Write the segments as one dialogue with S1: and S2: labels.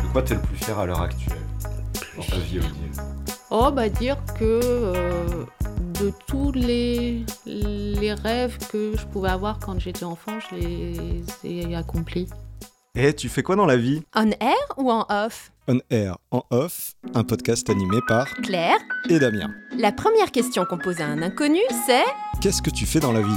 S1: De quoi t'es le plus fier à l'heure actuelle Dans ta vie, Odile
S2: Oh, bah dire que euh, de tous les, les rêves que je pouvais avoir quand j'étais enfant, je les ai accomplis.
S3: Eh, tu fais quoi dans la vie
S4: On air ou en off
S3: On Air, en off, un podcast animé par
S4: Claire,
S3: et Damien.
S4: la première question qu'on pose à un inconnu, c'est
S3: Qu'est-ce que tu fais dans la vie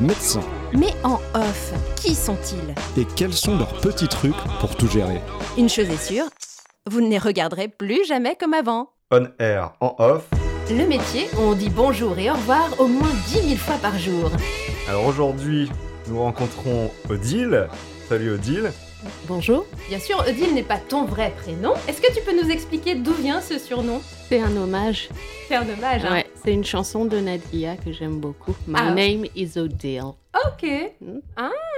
S3: médecins.
S4: Mais en off, qui sont-ils
S3: Et quels sont leurs petits trucs pour tout gérer
S4: Une chose est sûre, vous ne les regarderez plus jamais comme avant.
S1: On air, en off.
S4: Le métier où on dit bonjour et au revoir au moins 10 000 fois par jour.
S1: Alors aujourd'hui, nous rencontrons Odile. Salut Odile.
S2: Bonjour.
S4: Bien sûr, Odile n'est pas ton vrai prénom. Est-ce que tu peux nous expliquer d'où vient ce surnom
S2: C'est un hommage.
S4: C'est un hommage, hein
S2: Ouais, c'est une chanson de Nadia que j'aime beaucoup. My
S4: Ah.
S2: name is Odile.
S4: Ok.
S2: Mm.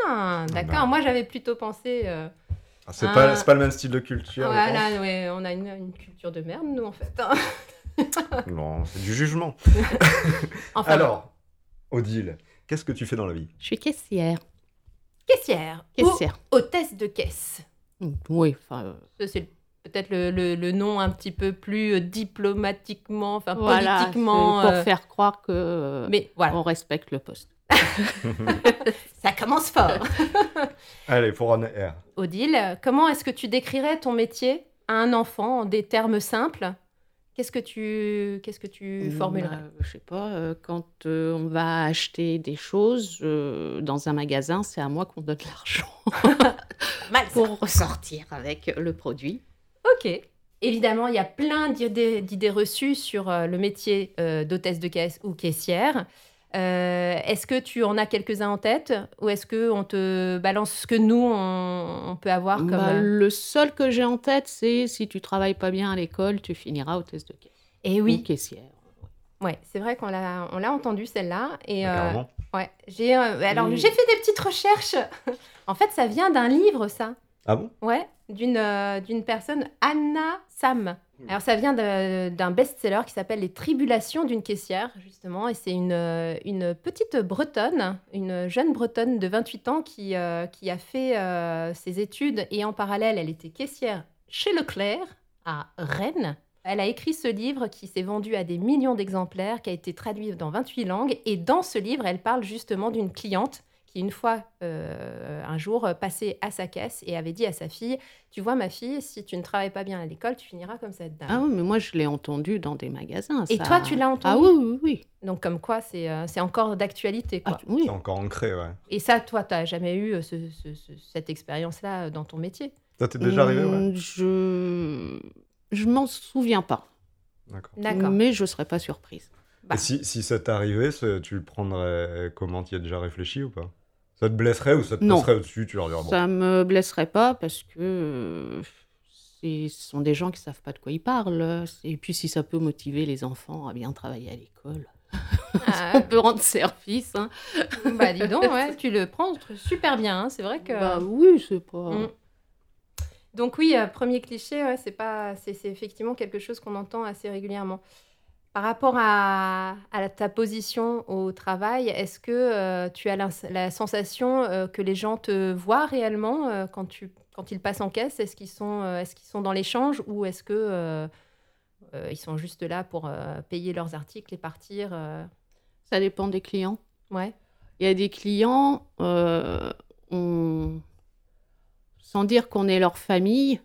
S4: Ah, d'accord.
S1: Bah.
S4: Moi, j'avais plutôt pensé... euh,
S1: Ah, c'est,
S4: Ah.
S1: pas, c'est pas le même style de culture.
S4: ah,
S1: je
S4: là, ouais, on a une, une culture de merde, nous, en fait. hein.
S1: pense. Non, c'est du jugement.
S4: enfin,
S1: Alors, Odile, qu'est-ce que tu fais dans la vie
S2: Je suis caissière.
S4: caissière.
S2: Caissière.
S4: Ou hôtesse de caisse.
S2: Mm, Oui, enfin. euh,
S4: Ça, C'est le- peut-être le, le- le nom un petit peu plus euh, diplomatiquement, enfin,
S2: voilà,
S4: politiquement...
S2: c'est pour
S4: euh,
S2: faire croire que euh,
S4: Mais voilà,
S2: on respecte le poste.
S4: ça commence fort.
S1: Allez, pour On Air.
S4: Odile, comment est-ce que tu décrirais ton métier à un enfant en des termes simples Qu'est-ce que tu, qu'est-ce que tu
S2: Mm,
S4: formulerais
S2: bah, Je sais pas, euh, quand euh, on va acheter des choses euh, dans un magasin, c'est à moi qu'on donne l'argent
S4: Mal.
S2: pour ressortir avec le produit.
S4: Ok. Évidemment, il y a plein d'idées d'idées reçues sur euh, le métier euh, d'hôtesse de caisse ou caissière. Euh, est-ce que tu en as quelques-uns en tête ou est-ce que on te balance ce que nous on, on peut avoir comme
S2: Bah,
S4: euh,
S2: Le seul que j'ai en tête, c'est si tu travailles pas bien à l'école, tu finiras hôtesse de caisse.
S4: Eh
S2: Ou
S4: oui,
S2: caissière.
S4: ouais, c'est vrai qu'on l'a on l'a entendu celle-là
S3: Bah,
S4: et euh,
S1: Carrément.
S4: ouais, j'ai euh, alors
S2: Oui.
S4: j'ai fait des petites recherches. en fait, ça vient d'un livre ça.
S1: Ah bon
S4: Ouais, d'une euh, d'une personne, Anna Sam.
S1: Hmm.
S4: Alors ça vient de- d'un best-seller qui s'appelle Les Tribulations d'une caissière, justement, et c'est une, euh, une petite bretonne, une jeune bretonne de 28 ans qui, euh, qui a fait euh, ses études et en parallèle, elle était caissière chez Leclerc à Rennes. Elle a écrit ce livre qui s'est vendu à des millions d'exemplaires, qui a été traduit dans 28 langues, et dans ce livre, elle parle justement d'une cliente qui une fois, euh, un jour, passait à sa caisse et avait dit à sa fille, tu vois ma fille, si tu ne travailles pas bien à l'école, tu finiras comme cette dame.
S2: Ah oui, mais moi, je l'ai entendu dans des magasins.
S4: et
S2: ça.
S4: toi, tu l'as entendu.
S2: Ah oui, oui, oui.
S4: Donc comme quoi, c'est euh, c'est encore d'actualité. quoi.
S2: Ah, oui.
S1: C'est encore ancré, ouais.
S4: Et ça, toi, tu n'as jamais eu euh, ce- ce- ce- cette expérience-là euh, dans ton métier.
S1: Ça t'est déjà arrivé, ouais.
S2: Mm, Je. Je m'en souviens pas,
S1: D'accord.
S4: D'accord.
S2: mais je serais pas surprise.
S4: Bah.
S1: Et si, si ça t'est arrivé, ce- tu le prendrais comment Tu y as déjà réfléchi ou pas Ça te blesserait ou ça te
S2: Non.
S1: passerait au-dessus Tu leur dirais, bon,
S2: Ça me blesserait pas parce que euh, c'est- ce sont des gens qui savent pas de quoi ils parlent. Et puis si ça peut motiver les enfants à bien travailler à l'école,
S4: Ah,
S2: on peut rendre service. hein.
S4: bah dis donc, ouais, tu le prends super bien, hein, c'est vrai que...
S2: Bah oui, c'est pas.
S4: Mm. Donc oui, euh, premier cliché, ouais, c'est pas, c'est c'est effectivement quelque chose qu'on entend assez régulièrement. Par rapport à, à ta position au travail, est-ce que euh, tu as la, la sensation euh, que les gens te voient réellement euh, quand tu quand ils passent en caisse Est-ce qu'ils sont euh, est-ce qu'ils sont dans l'échange ou est-ce que euh, euh, ils sont juste là pour euh, payer leurs articles et partir euh,
S2: Ça dépend des clients.
S4: Ouais.
S2: Il y a des clients, euh, on- sans dire qu'on est leur famille,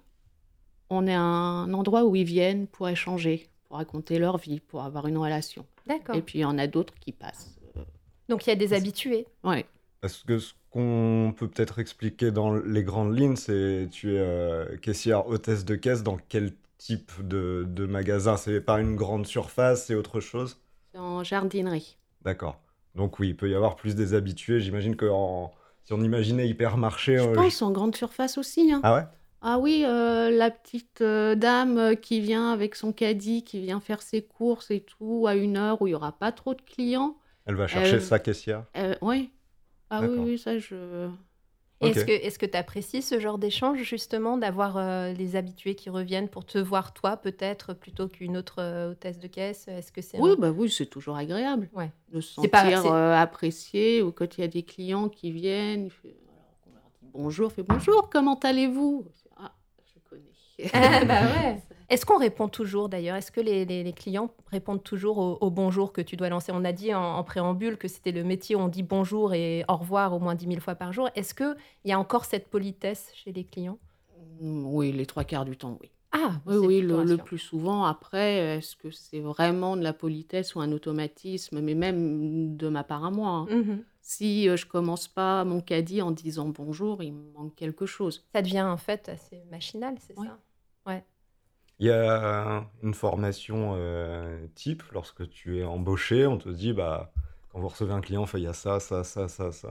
S2: on est un endroit où ils viennent pour échanger, pour raconter leur vie, pour avoir une relation.
S4: D'accord.
S2: Et puis il y en a d'autres qui passent.
S4: Donc il y a des habitués.
S2: Ouais.
S1: Parce que ce qu'on peut peut-être expliquer dans les grandes lignes, c'est tu es euh, caissière hôtesse de caisse dans quel type de, de magasin C'est pas une grande surface, c'est autre chose
S2: C'est En jardinerie.
S1: D'accord. Donc oui, il peut y avoir plus des habitués. J'imagine que en- si on imaginait hypermarché...
S2: Je
S1: euh,
S2: pense en grande surface aussi. hein.
S1: Ah ouais
S2: Ah oui, euh, la petite euh, dame euh, qui vient avec son caddie, qui vient faire ses courses et tout, à une heure où il n'y aura pas trop de clients.
S1: Elle va chercher
S2: Euh,
S1: sa caissière.
S2: Euh, oui. Ah oui,
S1: D'accord.
S2: oui, ça, je...
S4: Et
S1: Ok.
S4: Est-ce que est-ce que tu apprécies ce genre d'échange justement d'avoir euh, les habitués qui reviennent pour te voir toi peut-être plutôt qu'une autre euh, hôtesse de caisse Est-ce que c'est
S2: Oui, bah oui, c'est toujours agréable
S4: Ouais.
S2: de se
S4: C'est
S2: sentir
S4: pas- c'est-
S2: euh, apprécié ou quand il y a des clients qui viennent, il fait- alors qu'on leur dit bonjour, il fait bonjour, comment allez-vous Ah, je connais.
S4: Ah, bah ouais. Est-ce qu'on répond toujours d'ailleurs Est-ce que les, les- les clients répondent toujours au, au bonjour que tu dois lancer On a dit en, en préambule que c'était le métier où on dit bonjour et au revoir au moins 10 000 fois par jour. Est-ce qu'il y a encore cette politesse chez les clients
S2: Mm, Oui, les trois quarts du temps, oui.
S4: Ah,
S2: Oui,
S4: c'est
S2: oui,
S4: plutôt
S2: le, le
S4: rassurant.
S2: plus souvent. Après, est-ce que c'est vraiment de la politesse ou un automatisme Mais même de ma part à moi. hein.
S4: Mhm.
S2: Si euh, je commence pas mon caddie en disant bonjour, il me manque quelque chose.
S4: Ça devient en fait assez machinal, c'est
S2: Oui.
S4: ça
S1: Il y a une formation euh, type lorsque tu es embauché, on te dit bah quand vous recevez un client, fait, il y a ça, ça, ça, ça, ça.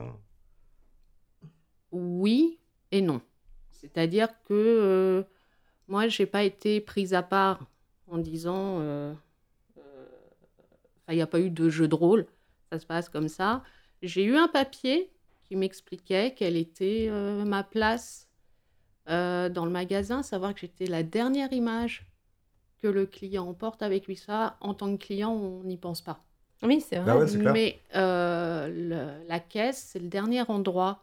S2: Oui et non. C'est-à-dire que euh, moi, j'ai pas été prise à part en disant. euh, euh, enfin, il n'y a pas eu de jeu de rôle. Ça se passe comme ça. J'ai eu un papier qui m'expliquait quelle était euh, ma place euh, dans le magasin, savoir que j'étais la dernière image que le client emporte avec lui. Ça, en tant que client, on n'y pense pas.
S4: Oui, c'est vrai.
S1: Bah ouais, c'est clair.
S2: Mais euh, le- la caisse, c'est le dernier endroit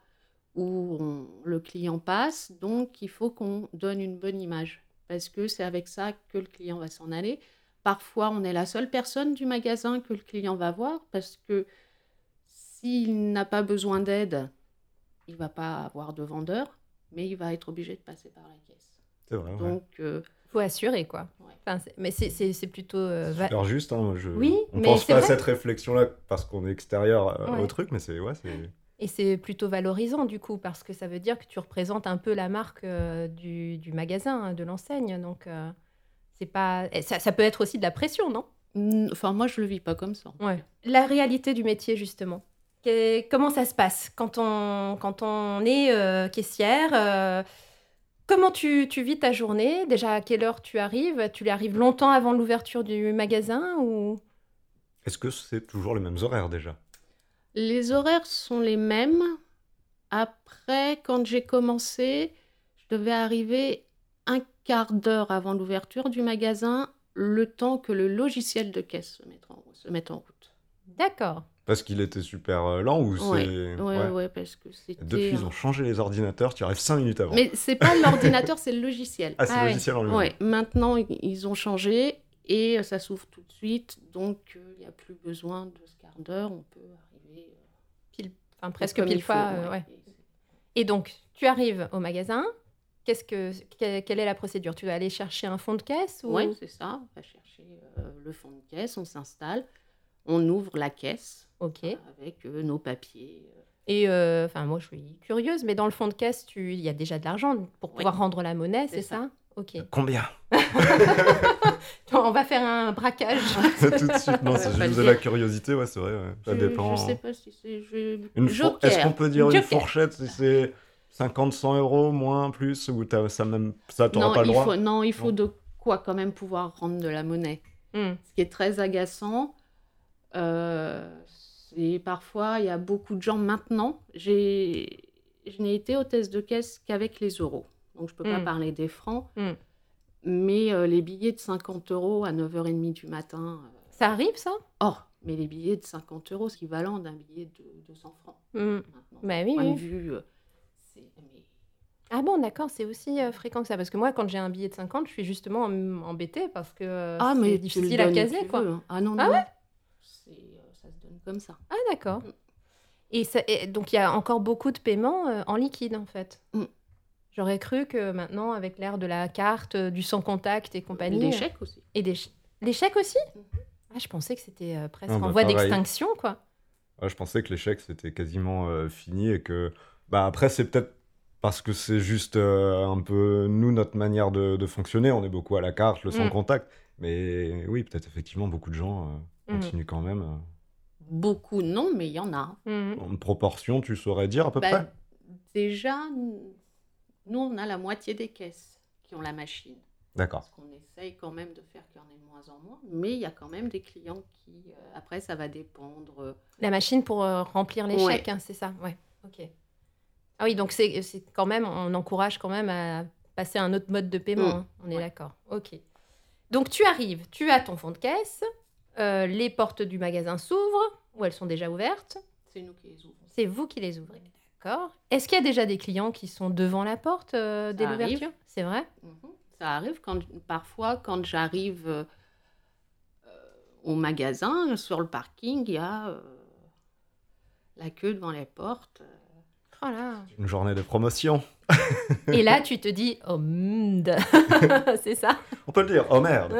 S2: où on- le client passe, donc il faut qu'on donne une bonne image, parce que c'est avec ça que le client va s'en aller. Parfois, on est la seule personne du magasin que le client va voir, parce que s'il n'a pas besoin d'aide, il va pas avoir de vendeur, mais il va être obligé de passer par la caisse.
S1: C'est vrai. ouais.
S2: Donc, euh,
S4: faut assurer quoi.
S2: Ouais.
S4: Enfin, c'est- mais c'est- c'est c'est plutôt. euh,
S2: bah
S4: va-
S1: Alors juste, hein, je...
S4: Oui,
S1: on
S4: mais
S1: pense
S4: c'est
S1: pas à
S4: vrai.
S1: cette réflexion-là parce qu'on est extérieur euh,
S4: Ouais.
S1: au truc, mais c'est ouais, c'est
S4: Et c'est plutôt valorisant du coup, parce que ça veut dire que tu représentes un peu la marque euh, du, du magasin, hein, de l'enseigne. Donc, euh, c'est pas. et Ça, ça peut être aussi de la pression, non
S2: n- enfin, moi, je le vis pas comme ça.
S4: Ouais. La réalité du métier, justement. Que- Comment ça se passe quand on, quand on est euh, caissière euh, Comment tu, tu vis ta journée Déjà, à quelle heure tu arrives Tu arrives longtemps avant l'ouverture du magasin ou...
S1: Est-ce que c'est toujours les mêmes horaires déjà
S2: Les horaires sont les mêmes. Après, quand j'ai commencé, je devais arriver un quart d'heure avant l'ouverture du magasin, le temps que le logiciel de caisse se mette en, se mette en route.
S4: D'accord.
S1: Parce qu'il était super euh, lent ou
S2: Ouais,
S1: c'est
S2: ouais,
S1: ouais.
S2: ouais, parce que c'était.
S1: Depuis, ils ont changé les ordinateurs, tu arrives 5 minutes avant.
S2: Mais c'est pas l'ordinateur, c'est le logiciel.
S1: Ah, c'est
S4: Ah
S1: le
S4: ouais.
S1: logiciel en lui-même.
S2: Ouais, maintenant i- ils ont changé et euh, ça s'ouvre tout de suite, donc euh, il n'y a plus besoin de ce quart d'heure, on peut arriver euh,
S4: Enfin, presque
S2: comme
S4: pile
S2: il faut,
S4: fois. euh, ouais.
S2: Et
S4: Et donc, tu arrives au magasin. Qu'est-ce que, que- quelle est la procédure Tu vas aller chercher un fond de caisse ou...
S2: Oui, c'est ça. On va chercher euh, le fond de caisse, on s'installe, on ouvre la caisse
S4: Ok.
S2: avec euh, nos papiers.
S4: Et euh, enfin, moi, je suis curieuse, mais dans le fond de caisse, tu, il y a déjà de l'argent pour
S2: Oui.
S4: pouvoir rendre la monnaie, c'est
S2: C'est
S4: ça, Ok.
S1: Combien
S4: On va faire un braquage.
S1: Tout de suite, non, c'est
S2: On va pas
S1: juste
S2: le
S1: de
S2: dire.
S1: la curiosité, ouais, c'est vrai. ouais. Ça
S2: je,
S1: dépend.
S2: Je sais pas si c'est. Je...
S1: Une four- Est-ce qu'on
S2: Joker.
S1: peut dire une
S4: Joker.
S1: fourchette si c'est 50, 100 euros, moins, plus Ou t'as- ça, même, ça t'auras
S2: Non,
S1: pas le
S2: il
S1: droit
S2: faut, non, il faut
S1: Non.
S2: de quoi quand même pouvoir rendre de la monnaie.
S4: Hmm.
S2: Ce qui est très agaçant, euh, c'est parfois, il y a beaucoup de gens maintenant. J'ai, je n'ai été hôtesse de caisse qu'avec les euros. Donc, je ne peux pas
S4: Mm.
S2: parler des francs.
S4: Mm.
S2: Mais euh, les billets de 50 euros à 9h30 du matin. euh,
S4: Ça arrive, ça
S2: oh, mais les billets de 50 euros, c'est l'équivalent d'un billet de 200 francs
S4: Hmm.
S2: maintenant.
S4: Bah oui,
S2: Point de
S4: oui.
S2: vue, euh, c'est- mais-
S4: Ah bon, d'accord, c'est aussi euh, fréquent que ça. Parce que moi, quand j'ai un billet de 50, je suis justement em- embêtée parce que euh,
S2: Ah,
S4: c'est
S2: mais tu le
S4: difficile à
S2: donnes où
S4: caser,
S2: tu
S4: quoi.
S2: veux, hein. Ah non, non.
S4: Ah
S2: non. C'est, euh, ça se donne comme ça.
S4: Ah, d'accord. Et, ça- et donc, il y a encore beaucoup de paiements euh, en liquide, en fait.
S2: Mm.
S4: J'aurais cru que maintenant, avec l'ère de la carte, euh, du sans contact et compagnie.
S2: Les
S4: euh,
S2: chèques aussi.
S4: Et des chè- les chèques aussi
S2: Mhm.
S4: ah, Je pensais que c'était euh, presque
S1: Ah, bah,
S4: en voie
S1: pareil.
S4: d'extinction, quoi.
S1: Ouais, je pensais que l'échec c'était quasiment euh, fini et que bah après c'est peut-être parce que c'est juste euh, un peu nous notre manière de, de fonctionner. On est beaucoup à la carte, le sans
S4: Mm.
S1: contact. Mais oui, peut-être effectivement beaucoup de gens euh,
S4: Mm.
S1: continuent quand même. euh.
S2: Beaucoup, non, mais il y en a. hein.
S4: Mhm.
S1: En proportion, tu saurais dire à peu
S2: Bah,
S1: près.
S2: Déjà, n- Nous, on a la moitié des caisses qui ont la machine.
S1: D'accord.
S2: Parce qu'on essaye quand même de faire qu'il y en ait de moins en moins. Mais il y a quand même des clients qui, euh, après, ça va dépendre. euh,
S4: La machine pour euh, remplir les
S2: Ouais.
S4: chèques, hein, c'est ça Ouais, ok. Ah oui, donc c'est c'est quand même, on encourage quand même à passer à un autre mode de paiement.
S2: Mm.
S4: hein. On est
S2: Ouais.
S4: d'accord. Ok. Donc tu arrives, tu as ton fond de caisse, euh, les portes du magasin s'ouvrent, ou elles sont déjà ouvertes.
S2: C'est nous qui les ouvrons.
S4: C'est vous qui les ouvrez. D'accord. Est-ce qu'il y a déjà des clients qui sont devant la porte euh, dès
S2: Ça arrive.
S4: l'ouverture C'est vrai
S2: Mhm. Ça arrive quand, parfois quand j'arrive euh, euh, au magasin, sur le parking, il y a euh, la queue devant les portes. euh,
S4: Oh là.
S1: Une journée de promotion.
S4: Et là, tu te dis, oh, merde. c'est ça
S1: On peut le dire. Oh merde.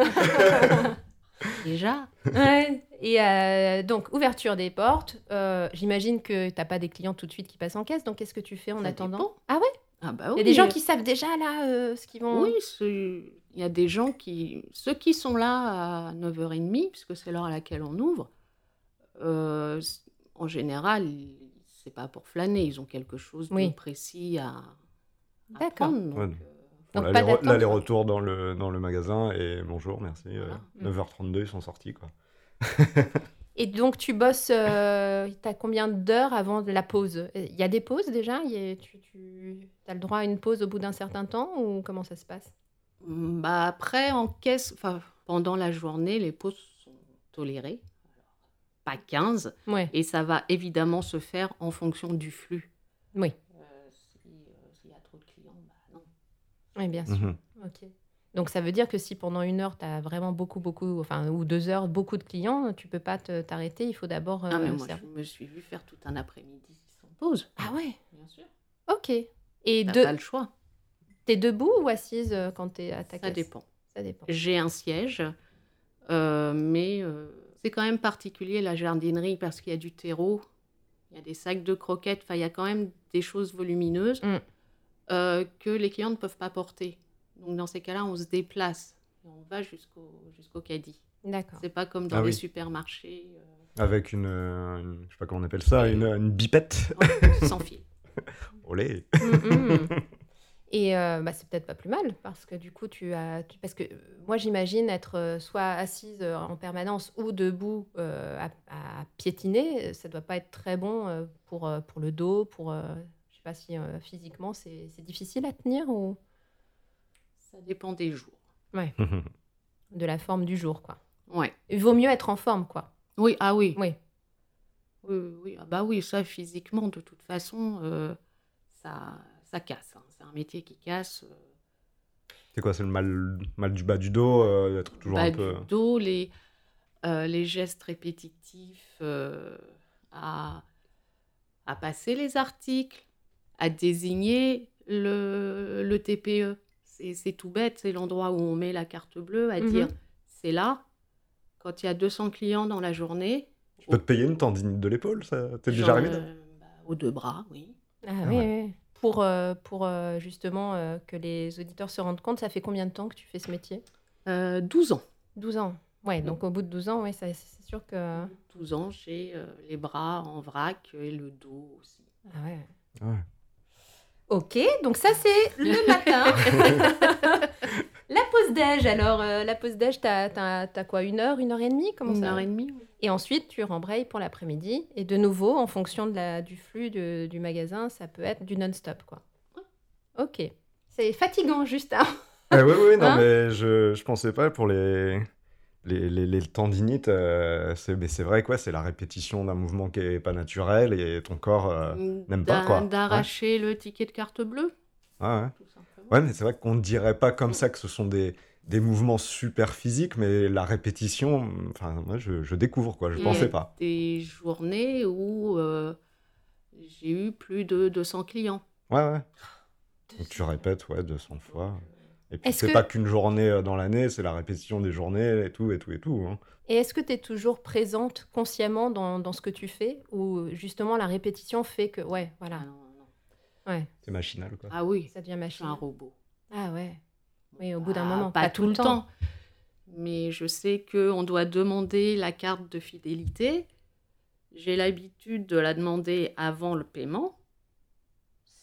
S2: Déjà,
S4: Ouais. Et euh, donc, ouverture des portes. Euh, J'imagine que t'as pas des clients tout de suite qui passent en caisse. Donc, qu'est-ce que tu fais en
S2: Ça
S4: attendant
S2: dépend.
S4: Ah ouais
S2: ah bah
S4: Il y
S2: oui,
S4: a des gens
S2: euh,
S4: qui savent déjà là euh, ce qu'ils vont.
S2: Oui, c'est- il y a des gens qui. Ceux qui sont là à 9h30, puisque c'est l'heure à laquelle on ouvre, euh, c- en général, ils- c'est pas pour flâner, ils ont quelque chose de
S4: Oui.
S2: précis à, à
S4: D'accord.
S2: prendre, donc,
S1: Ouais.
S2: euh,
S1: Bon,
S4: Donc,
S1: là,
S4: pas
S1: les re-
S4: d'attente.
S1: là, les retours dans le, dans le magasin et bonjour, merci. euh,
S2: Voilà.
S4: Mm.
S1: 9h32, ils sont sortis. Quoi.
S4: Et donc, tu bosses. Euh, t'as combien d'heures avant la pause Il y a des pauses déjà Il y a- Tu, tu as le droit à une pause au bout d'un certain temps Ou comment ça se passe
S2: Mm, bah, après, en caisse, enfin, pendant la journée, les pauses sont tolérées, pas 15,
S4: Ouais.
S2: et ça va évidemment se faire en fonction du flux.
S4: Oui.
S2: Euh, si, euh, S'il y a trop de clients, bah non.
S4: Oui, bien sûr.
S1: Mhm.
S4: Ok. Donc, ça veut dire que si pendant une heure, tu as vraiment beaucoup, beaucoup, enfin, ou deux heures, beaucoup de clients, tu peux pas te- t'arrêter. Il faut d'abord.
S2: Ah, mais
S4: euh,
S2: moi,
S4: faire-
S2: je me suis vue faire tout un après-midi sans pause.
S4: ah ouais
S2: Bien sûr.
S4: Ok. Et
S2: T'as
S4: de...
S2: Bah, pas le choix.
S4: t'es debout ou assise euh, quand t'es à
S2: Ça
S4: ta caisse
S2: dépend.
S4: Ça dépend.
S2: J'ai un siège, euh, mais euh, c'est quand même particulier la jardinerie parce qu'il y a du terreau, il y a des sacs de croquettes, enfin, il y a quand même des choses volumineuses
S4: Mm.
S2: euh, que les clients ne peuvent pas porter. Donc, dans ces cas-là, on se déplace et on va jusqu'au jusqu'au caddie.
S4: D'accord.
S2: C'est pas comme dans
S1: Ah
S2: les
S1: oui.
S2: supermarchés euh,
S1: Avec une, euh, une- Je sais pas comment on appelle ça, une, une bipette.
S2: sans fil.
S1: Olé.
S4: Mm, mm. Et euh, bah, c'est peut-être pas plus mal parce que du coup tu as tu- parce que euh, moi j'imagine être euh, soit assise euh, en permanence ou debout euh, à, à piétiner, euh, ça doit pas être très bon euh, pour euh, pour le dos, pour euh, je sais pas si euh, physiquement c'est c'est difficile à tenir ou
S2: Ça dépend des jours.
S4: Mm-hmm. de la forme du jour quoi.
S2: Ouais.
S4: Il vaut mieux être en forme quoi.
S2: Oui, ah oui.
S4: Oui.
S2: Oui, oui, oui. Ah bah oui, ça physiquement, de toute façon, euh, ça, ça casse. hein. C'est un métier qui casse. euh,
S1: C'est quoi C'est le mal, mal du bas du dos euh, D'être toujours
S4: Bah,
S2: bas
S1: un
S2: du
S1: peu.
S2: dos, les, euh, les gestes répétitifs, euh, à, à passer les articles, à désigner le, le TPE. C'est c'est tout bête, c'est l'endroit où on met la carte bleue, à
S4: Mhm.
S2: dire c'est là. Quand il y a 200 clients dans la journée,
S1: Tu peux te payer une tendinite de l'épaule, ça T'es déjà
S2: genre,
S1: arrivé
S2: euh, bah, aux deux bras, oui.
S4: Ah,
S1: oui,
S4: oui, Pour, euh, pour euh, justement euh, que les auditeurs se rendent compte, ça fait combien de temps que tu fais ce métier
S2: Euh, 12 ans.
S4: 12 ans. Ouais, donc au bout de 12 ans, ouais, ça- c'est sûr que. Ah
S2: 12 ans, j'ai euh, les bras en vrac et le dos aussi.
S4: ouais.
S1: Ouais.
S4: Ok, donc ça c'est le matin. la pause déj, alors euh, la pause déj, t'as t'as- t'as quoi Une heure, une heure et demie Comment
S2: Une
S4: ça
S2: heure et demie. oui.
S4: Et ensuite, tu rembrayes pour l'après-midi. Et de nouveau, en fonction de la, du flux de- du magasin, ça peut être du non-stop, quoi. Ok. C'est fatigant, juste. hein.
S1: Eh oui, oui, non,
S4: Hein
S1: mais je, je pensais pas pour les, les, les, les tendinites. euh, c'est mais c'est vrai, quoi, c'est la répétition d'un mouvement qui est pas naturel et ton corps. euh,
S4: Mm.
S1: n'aime pas,
S2: D'a-
S1: quoi.
S2: D'arracher le ticket de carte bleue,
S1: ah ouais.
S2: tout simplement.
S1: Ouais, mais c'est vrai qu'on dirait pas comme ça que ce sont des, des mouvements super physiques, mais la répétition, enfin, moi, je, je découvre, quoi, je
S2: Et-
S1: pensais pas.
S2: Des journées où euh, j'ai eu plus de 200 clients.
S1: Ouais, ouais. Donc tu répètes, ouais, 200 fois. Et puis
S4: Est-ce
S1: c'est
S4: que-
S1: pas qu'une journée euh, dans l'année, c'est la répétition des journées et tout, et tout, et tout. hein.
S4: Et est-ce que tu es toujours présente consciemment dans, dans ce que tu fais Ou justement la répétition fait que. Ouais,
S2: Ah,
S4: voilà.
S2: non, non, non.
S1: C'est machinal, quoi.
S2: Ah oui,
S4: Ça devient
S2: je suis un
S4: machin.
S2: robot.
S4: Ah ouais.
S2: Bon,
S4: Oui, au bout d'un
S2: pas-
S4: moment,
S2: Ah, Pas, tout le temps. Mais je sais qu'on doit demander la carte de fidélité. J'ai l'habitude de la demander avant le paiement.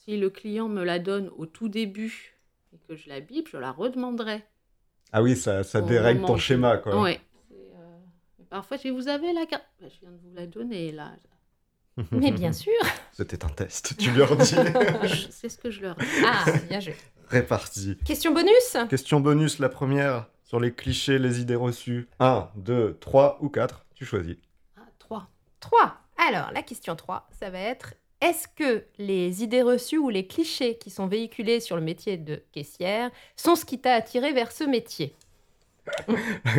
S2: si le client me la donne au tout début et que je la bip, je la redemanderai.
S1: Ah oui, ça, ça
S2: Au
S1: dérègle
S2: moment
S1: ton
S2: où-
S1: schéma, quoi.
S2: Ouais. C'est, euh, Parfois, je dis, vous avez la carte. Bah, je viens de vous la donner, là.
S4: Mais bien sûr.
S1: C'était un test, tu leur dis.
S2: Je- C'est ce que je leur dis.
S4: Ah, bien joué.
S1: Réparti.
S4: Question bonus
S1: Question bonus, la première, sur les clichés, les idées reçues. 1, 2, 3 ou 4, tu choisis.
S2: Ah, trois.
S4: 3. Alors, la question 3, ça va être est-ce que les idées reçues ou les clichés qui sont véhiculés sur le métier de caissière sont ce qui t'a attiré vers ce métier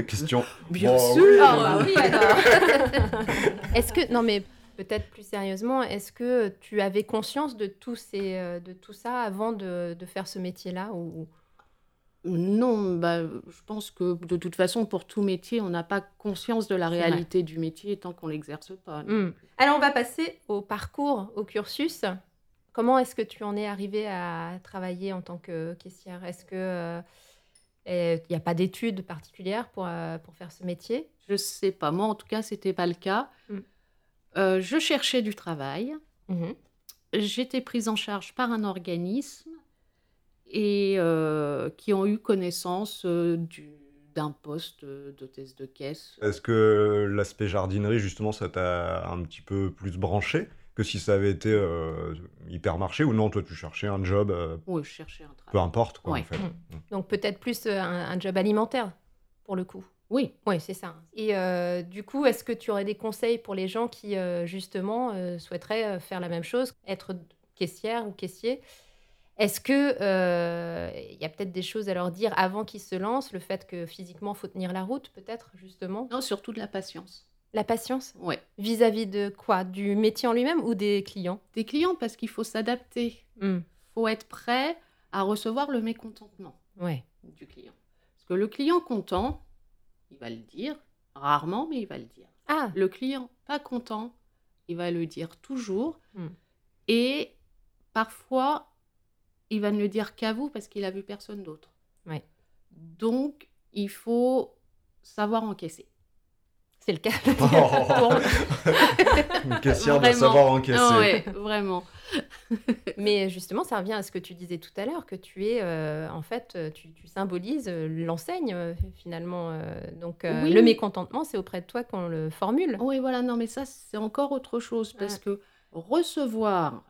S1: Question.
S2: Bien
S1: Bon,
S2: sûr
S1: oui.
S4: Ah, bah oui, alors. Est-ce que non mais peut-être plus sérieusement, est-ce que tu avais conscience de tout ces euh, de tout ça avant de, de faire ce métier-là ou
S2: Non, bah, je pense que de toute façon, pour tout métier, on n'a pas conscience de la
S4: C'est
S2: réalité du métier tant qu'on l'exerce pas.
S4: Hmm. Alors on va passer au parcours, au cursus. Comment est-ce que tu en es arrivé à travailler en tant que caissière Est-ce que euh, euh, il n'y a pas d'études particulières pour, euh, pour faire ce métier
S2: Je sais pas. Moi, en tout cas, c'était pas le cas.
S4: Mm.
S2: Euh, je cherchais du travail.
S4: Mhm.
S2: J'étais prise en charge par un organisme et euh, qui ont eu connaissance euh, du- d'un poste euh, d'hôtesse de caisse.
S1: Est-ce que l'aspect jardinerie, justement, ça t'a un petit peu plus branché que si ça avait été euh, hypermarché ou non Toi, tu cherchais un job, euh,
S2: Oui, je cherchais un travail.
S1: peu importe, quoi,
S2: Ouais.
S1: en fait.
S4: Donc peut-être plus euh, un, un job alimentaire pour le coup.
S2: Oui,
S4: Oui, c'est ça. Et euh, du coup, est-ce que tu aurais des conseils pour les gens qui euh, justement euh, souhaiteraient euh, faire la même chose, être caissière ou caissier Est-ce que euh, il y a peut-être des choses à leur dire avant qu'ils se lancent Le fait que physiquement, faut tenir la route, peut-être justement.
S2: non, surtout de la patience.
S4: La patience
S2: Ouais.
S4: vis-à-vis de quoi Du métier en lui-même ou des clients
S2: Des clients parce qu'il faut s'adapter.
S4: Mmh.
S2: faut être prêt à recevoir le mécontentement.
S4: Ouais.
S2: du client. Parce que le client content, il va le dire, rarement, mais il va le dire.
S4: Ah,
S2: Le client pas content, il va le dire toujours.
S4: Mm.
S2: Et parfois, il va ne le dire qu'à vous parce qu'il a vu personne d'autre.
S4: Ouais.
S2: Donc, il faut savoir encaisser.
S4: c'est le cas.
S1: Une caissière doit
S2: Vraiment.
S1: savoir encaisser.
S2: Ah ouais, vraiment.
S4: Mais justement, ça revient à ce que tu disais tout à l'heure, que tu es, euh, en fait, euh, tu, tu symbolises euh, l'enseigne euh, finalement. euh, donc euh,
S2: Oui. Oh,
S4: le mécontentement, c'est auprès de toi qu'on le formule.
S2: Oui, voilà, non, mais ça, c'est encore autre chose parce
S4: Ouais.
S2: que recevoir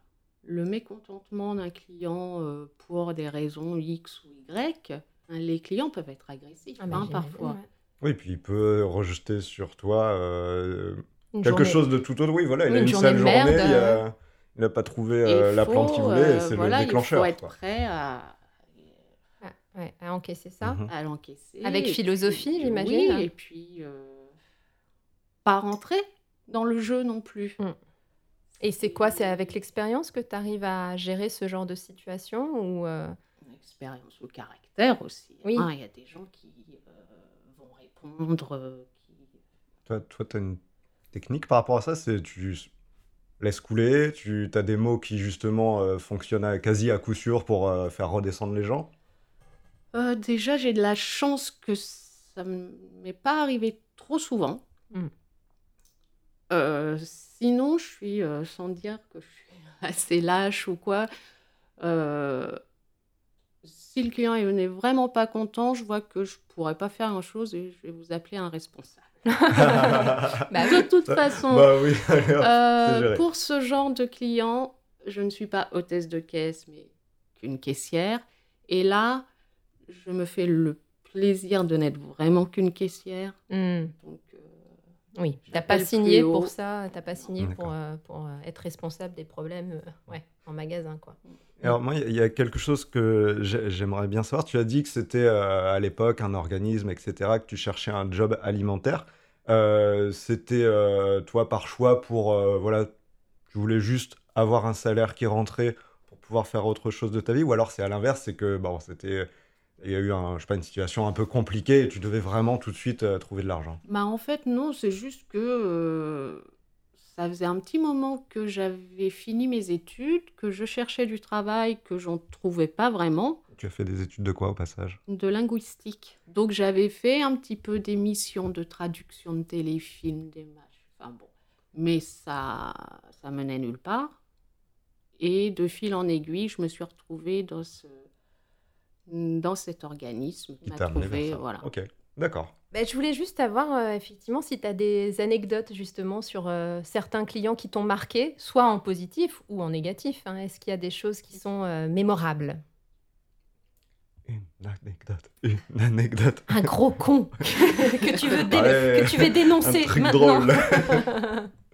S2: le mécontentement d'un client euh, pour des raisons X ou Y, hein, les clients peuvent être agressifs
S4: Ah bah,
S2: hein,
S4: j'imagine,
S2: parfois.
S4: ouais.
S1: Oui, puis il peut rejeter sur toi euh,
S4: Une
S1: quelque
S4: journée.
S1: chose de tout autre. Oui, voilà, il
S4: Oui,
S1: a une,
S4: une
S1: sale
S4: journée de
S1: journée,
S4: merde,
S1: il
S4: euh.
S1: a- il n'a pas trouvé
S2: Et
S1: euh,
S2: il
S1: la
S2: faut,
S1: plante qu'il voulait, et
S2: euh,
S1: c'est
S2: voilà,
S1: le déclencheur.
S2: Il faut être
S1: quoi.
S2: prêt à,
S4: Ah, ouais, à encaisser ça.
S1: Mhm.
S2: à l'encaisser.
S4: Avec
S2: et
S4: philosophie,
S2: puis-
S4: j'imagine. hein.
S2: Oui, et puis euh, pas rentrer dans le jeu non plus.
S4: Et c'est quoi C'est avec l'expérience que tu arrives à gérer ce genre de situation ou euh,
S2: Expérience ou caractère aussi.
S4: Oui.
S2: hein, Il y a des gens qui euh, vont répondre, euh, qui
S1: Toi, toi, t'as une technique par rapport à ça, c'est tu s- laisses couler, tu as des mots qui justement euh, fonctionnent à- quasi à coup sûr pour euh, faire redescendre les gens.
S2: Euh, déjà, j'ai de la chance que ça ne m'est pas arrivé trop souvent.
S4: Mm.
S2: Euh, sinon, je suis, euh, sans dire que je suis assez lâche ou quoi, euh, si le client il n'est vraiment pas content, je vois que je pourrais pas faire grand-chose et je vais vous appeler un responsable.
S1: bah
S4: Bah oui.
S2: De toute façon,
S1: oui.
S2: euh,
S1: c'est géré.
S2: pour ce genre de client, je ne suis pas hôtesse de caisse, mais qu'une caissière. Et là, je me fais le plaisir de n'être vraiment qu'une caissière.
S4: Hmm,
S2: Donc, euh,
S4: Oui, t'as
S2: J'appelle
S4: pas
S2: plus
S4: signé
S2: haut.
S4: pour ça, t'as pas signé
S1: D'accord.
S4: pour, euh, pour euh, être responsable des problèmes euh, ouais, en magasin. quoi.
S1: Alors moi, il y a quelque chose que j'ai- j'aimerais bien savoir. Tu as dit que c'était euh, à l'époque un organisme, etc., que tu cherchais un job alimentaire. Euh, c'était euh, toi par choix pour, euh, voilà, tu voulais juste avoir un salaire qui rentrait pour pouvoir faire autre chose de ta vie, ou alors c'est à l'inverse, c'est que bon, c'était, il y a eu un, je sais pas, une situation un peu compliquée et tu devais vraiment tout de suite euh, trouver de l'argent.
S2: bah, en fait, non, c'est juste que euh, ça faisait un petit moment que j'avais fini mes études, que je cherchais du travail, que j'en trouvais pas vraiment.
S1: Tu as fait des études de quoi au passage
S2: de linguistique. Donc j'avais fait un petit peu des missions de traduction de téléfilms, des matchs. Enfin bon. Mais ça, ça menait nulle part. Et de fil en aiguille, je me suis retrouvée dans, ce, dans cet organisme
S1: qui
S2: m'a
S1: t'a amené
S2: trouvée,
S1: vers ça.
S2: voilà.
S1: Ok, d'accord.
S4: Ben, je voulais juste savoir, euh, effectivement, si tu as des anecdotes justement sur euh, certains clients qui t'ont marqué, soit en positif ou en négatif. hein. Est-ce qu'il y a des choses qui sont euh, mémorables
S1: Une anecdote, une anecdote.
S4: Un gros con que, tu veux dé-
S1: Ouais.
S4: que tu veux dénoncer
S1: Un truc
S4: maintenant.
S1: drôle.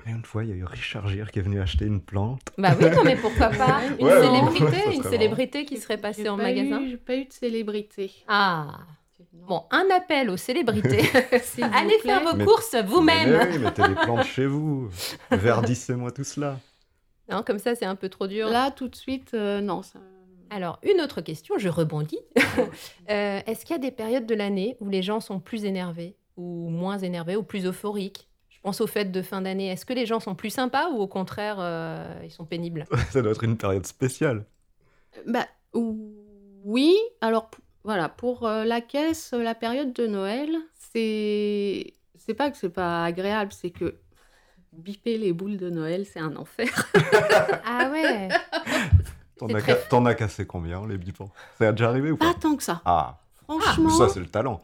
S1: Et une fois, il y a eu Richard Gere qui est venu acheter une plante.
S4: bah oui, non, mais pourquoi pas Une
S1: Ouais, ouais, ça
S4: célébrité,
S1: serait
S4: une
S1: marrant.
S4: célébrité qui serait
S2: J'ai
S4: passée en
S2: pas
S4: magasin.
S2: eu- J'ai pas eu de célébrité.
S4: Ah,
S2: Non.
S4: bon, un appel aux célébrités.
S2: S'il vous
S4: Allez
S2: plaît.
S4: faire vos
S1: Mais-
S4: courses
S1: Mais
S4: vous-même.
S1: oui, mettez des plantes chez vous. Verdissez-moi tout cela.
S4: Non, comme ça, c'est un peu trop dur.
S2: Là, tout de suite, euh, non. ça-
S4: Alors, une autre question, je rebondis. Euh, Est-ce qu'il y a des périodes de l'année où les gens sont plus énervés, ou moins énervés, ou plus euphoriques Je pense aux fêtes de fin d'année. Est-ce que les gens sont plus sympas, ou au contraire, euh, ils sont pénibles
S1: Ça doit être une période spéciale.
S2: Bah, oui, alors p- voilà, pour euh, la caisse, la période de Noël, c'est c'est pas que c'est pas agréable, c'est que biper les boules de Noël, c'est un enfer.
S4: Ah ouais
S1: T'en
S4: C'est
S1: as,
S4: très-
S1: ca- t'en as cassé combien, les bipans Ça a déjà arrivé ou
S2: Pas
S1: pas
S2: tant que ça.
S1: Ah,
S2: Franchement,
S1: ça, c'est le talent.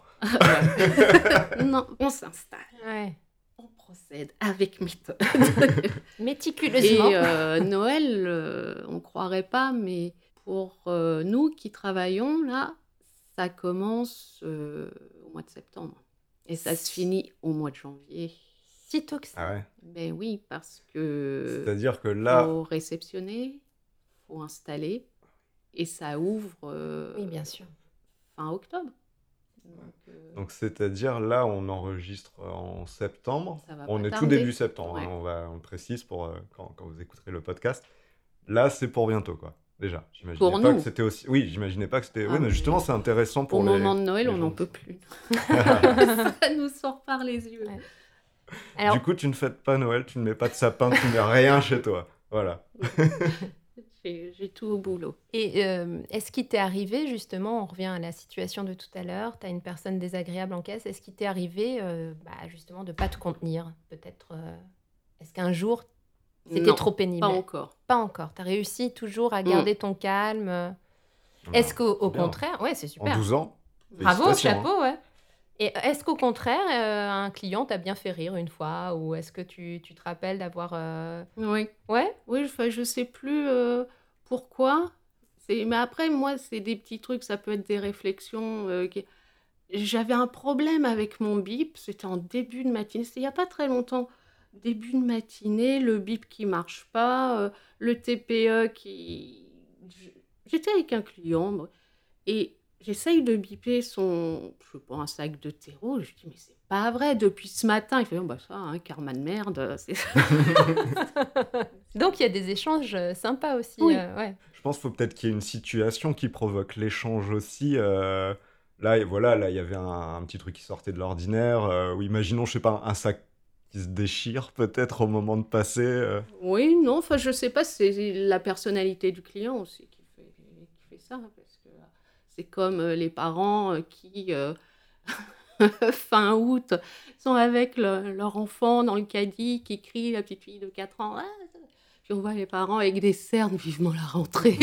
S2: non, on s'installe,
S4: Ouais.
S2: on procède avec méthode. Et
S4: Méticuleusement.
S2: euh, Noël, euh, on croirait pas, mais pour euh, nous qui travaillons, là, ça commence euh, au mois de septembre. Et ça se finit au mois de janvier.
S4: Si tôt que ça.
S1: Ah ouais.
S2: Ben oui, parce
S4: Euh.
S2: que
S1: C'est-à-dire que
S4: Oh.
S1: là,
S2: faut réceptionner, faut installer, et ça ouvre euh,
S4: Oui, bien sûr.
S2: fin octobre. Donc, euh,
S1: donc c'est-à-dire là, on enregistre euh, en septembre.
S2: Ça va
S1: On
S2: pas
S1: est tout
S2: tarder.
S1: début septembre. hein,
S2: Ouais.
S1: on va, on le précise pour euh, quand, quand vous écouterez le podcast. Là, c'est pour bientôt, quoi. Déjà, j'imaginais
S2: Pour
S1: pas
S2: nous.
S1: que c'était aussi. Oui, j'imaginais pas que c'était.
S2: Ah,
S1: oui, mais
S2: mais-
S1: justement, c'est intéressant pour
S2: au
S1: les.
S2: moment de Noël,
S1: les
S2: on
S1: gens
S2: n'en
S1: qui-
S2: peut plus. ça nous sort par les yeux.
S4: Ouais. Alors,
S1: Du coup, tu ne fêtes pas Noël, tu ne mets pas de sapin, tu mets rien chez toi. Voilà.
S2: J'ai j'ai tout au boulot.
S4: et euh, est-ce qu'il t'est arrivé, justement, on revient à la situation de tout à l'heure, tu as une personne désagréable en caisse, est-ce qu'il t'est arrivé, euh, bah, justement, de pas te contenir Peut-être, euh, est-ce qu'un jour, c'était
S2: Non,
S4: trop pénible
S2: Pas encore.
S4: Pas encore. Tu as réussi toujours
S2: Mm.
S4: à garder ton calme. Est-ce qu'au au
S1: bien.
S4: contraire, ouais, c'est
S1: En
S4: super.
S1: 12 ans
S4: Bravo,
S1: félicitations, hein.
S4: chapeau, ouais. Et est-ce qu'au contraire, euh, un client t'a bien fait rire une fois Ou est-ce que tu, tu te rappelles d'avoir. euh,
S2: Oui.
S4: Ouais
S2: Oui, enfin, je sais plus euh, pourquoi. C'est- Mais après, moi, c'est des petits trucs, ça peut être des réflexions. euh, qui- J'avais un problème avec mon bip, c'était en début de matinée, c'était il n'y a pas très longtemps. Début de matinée, le bip qui marche pas, euh, le TPE qui... J- J'étais avec un client moi, et j'essaye de biper son, je sais pas, un sac de terreau. Je dis, mais c'est pas vrai, depuis ce matin. Il fait, oh, bah ça, un karma de merde, c'est
S4: Donc il y a des échanges euh, sympas aussi.
S2: Oui.
S4: euh, ouais.
S1: Je pense qu'il faut peut-être qu'il y ait une situation qui provoque l'échange aussi. euh, Là, et voilà, là, il y avait un, un petit truc qui sortait de l'ordinaire. euh, ou imaginons, je sais pas, un sac qui se déchire peut-être au moment de passer. euh.
S2: Oui, non, enfin, je sais pas, c'est la personnalité du client aussi qui fait, qui fait ça, parce que c'est comme euh, les parents euh, qui, euh, fin août, sont avec le- leur enfant dans le caddie, qui crie, la petite fille de 4 ans, Ah puis on voit les parents avec des cernes vivement la rentrée.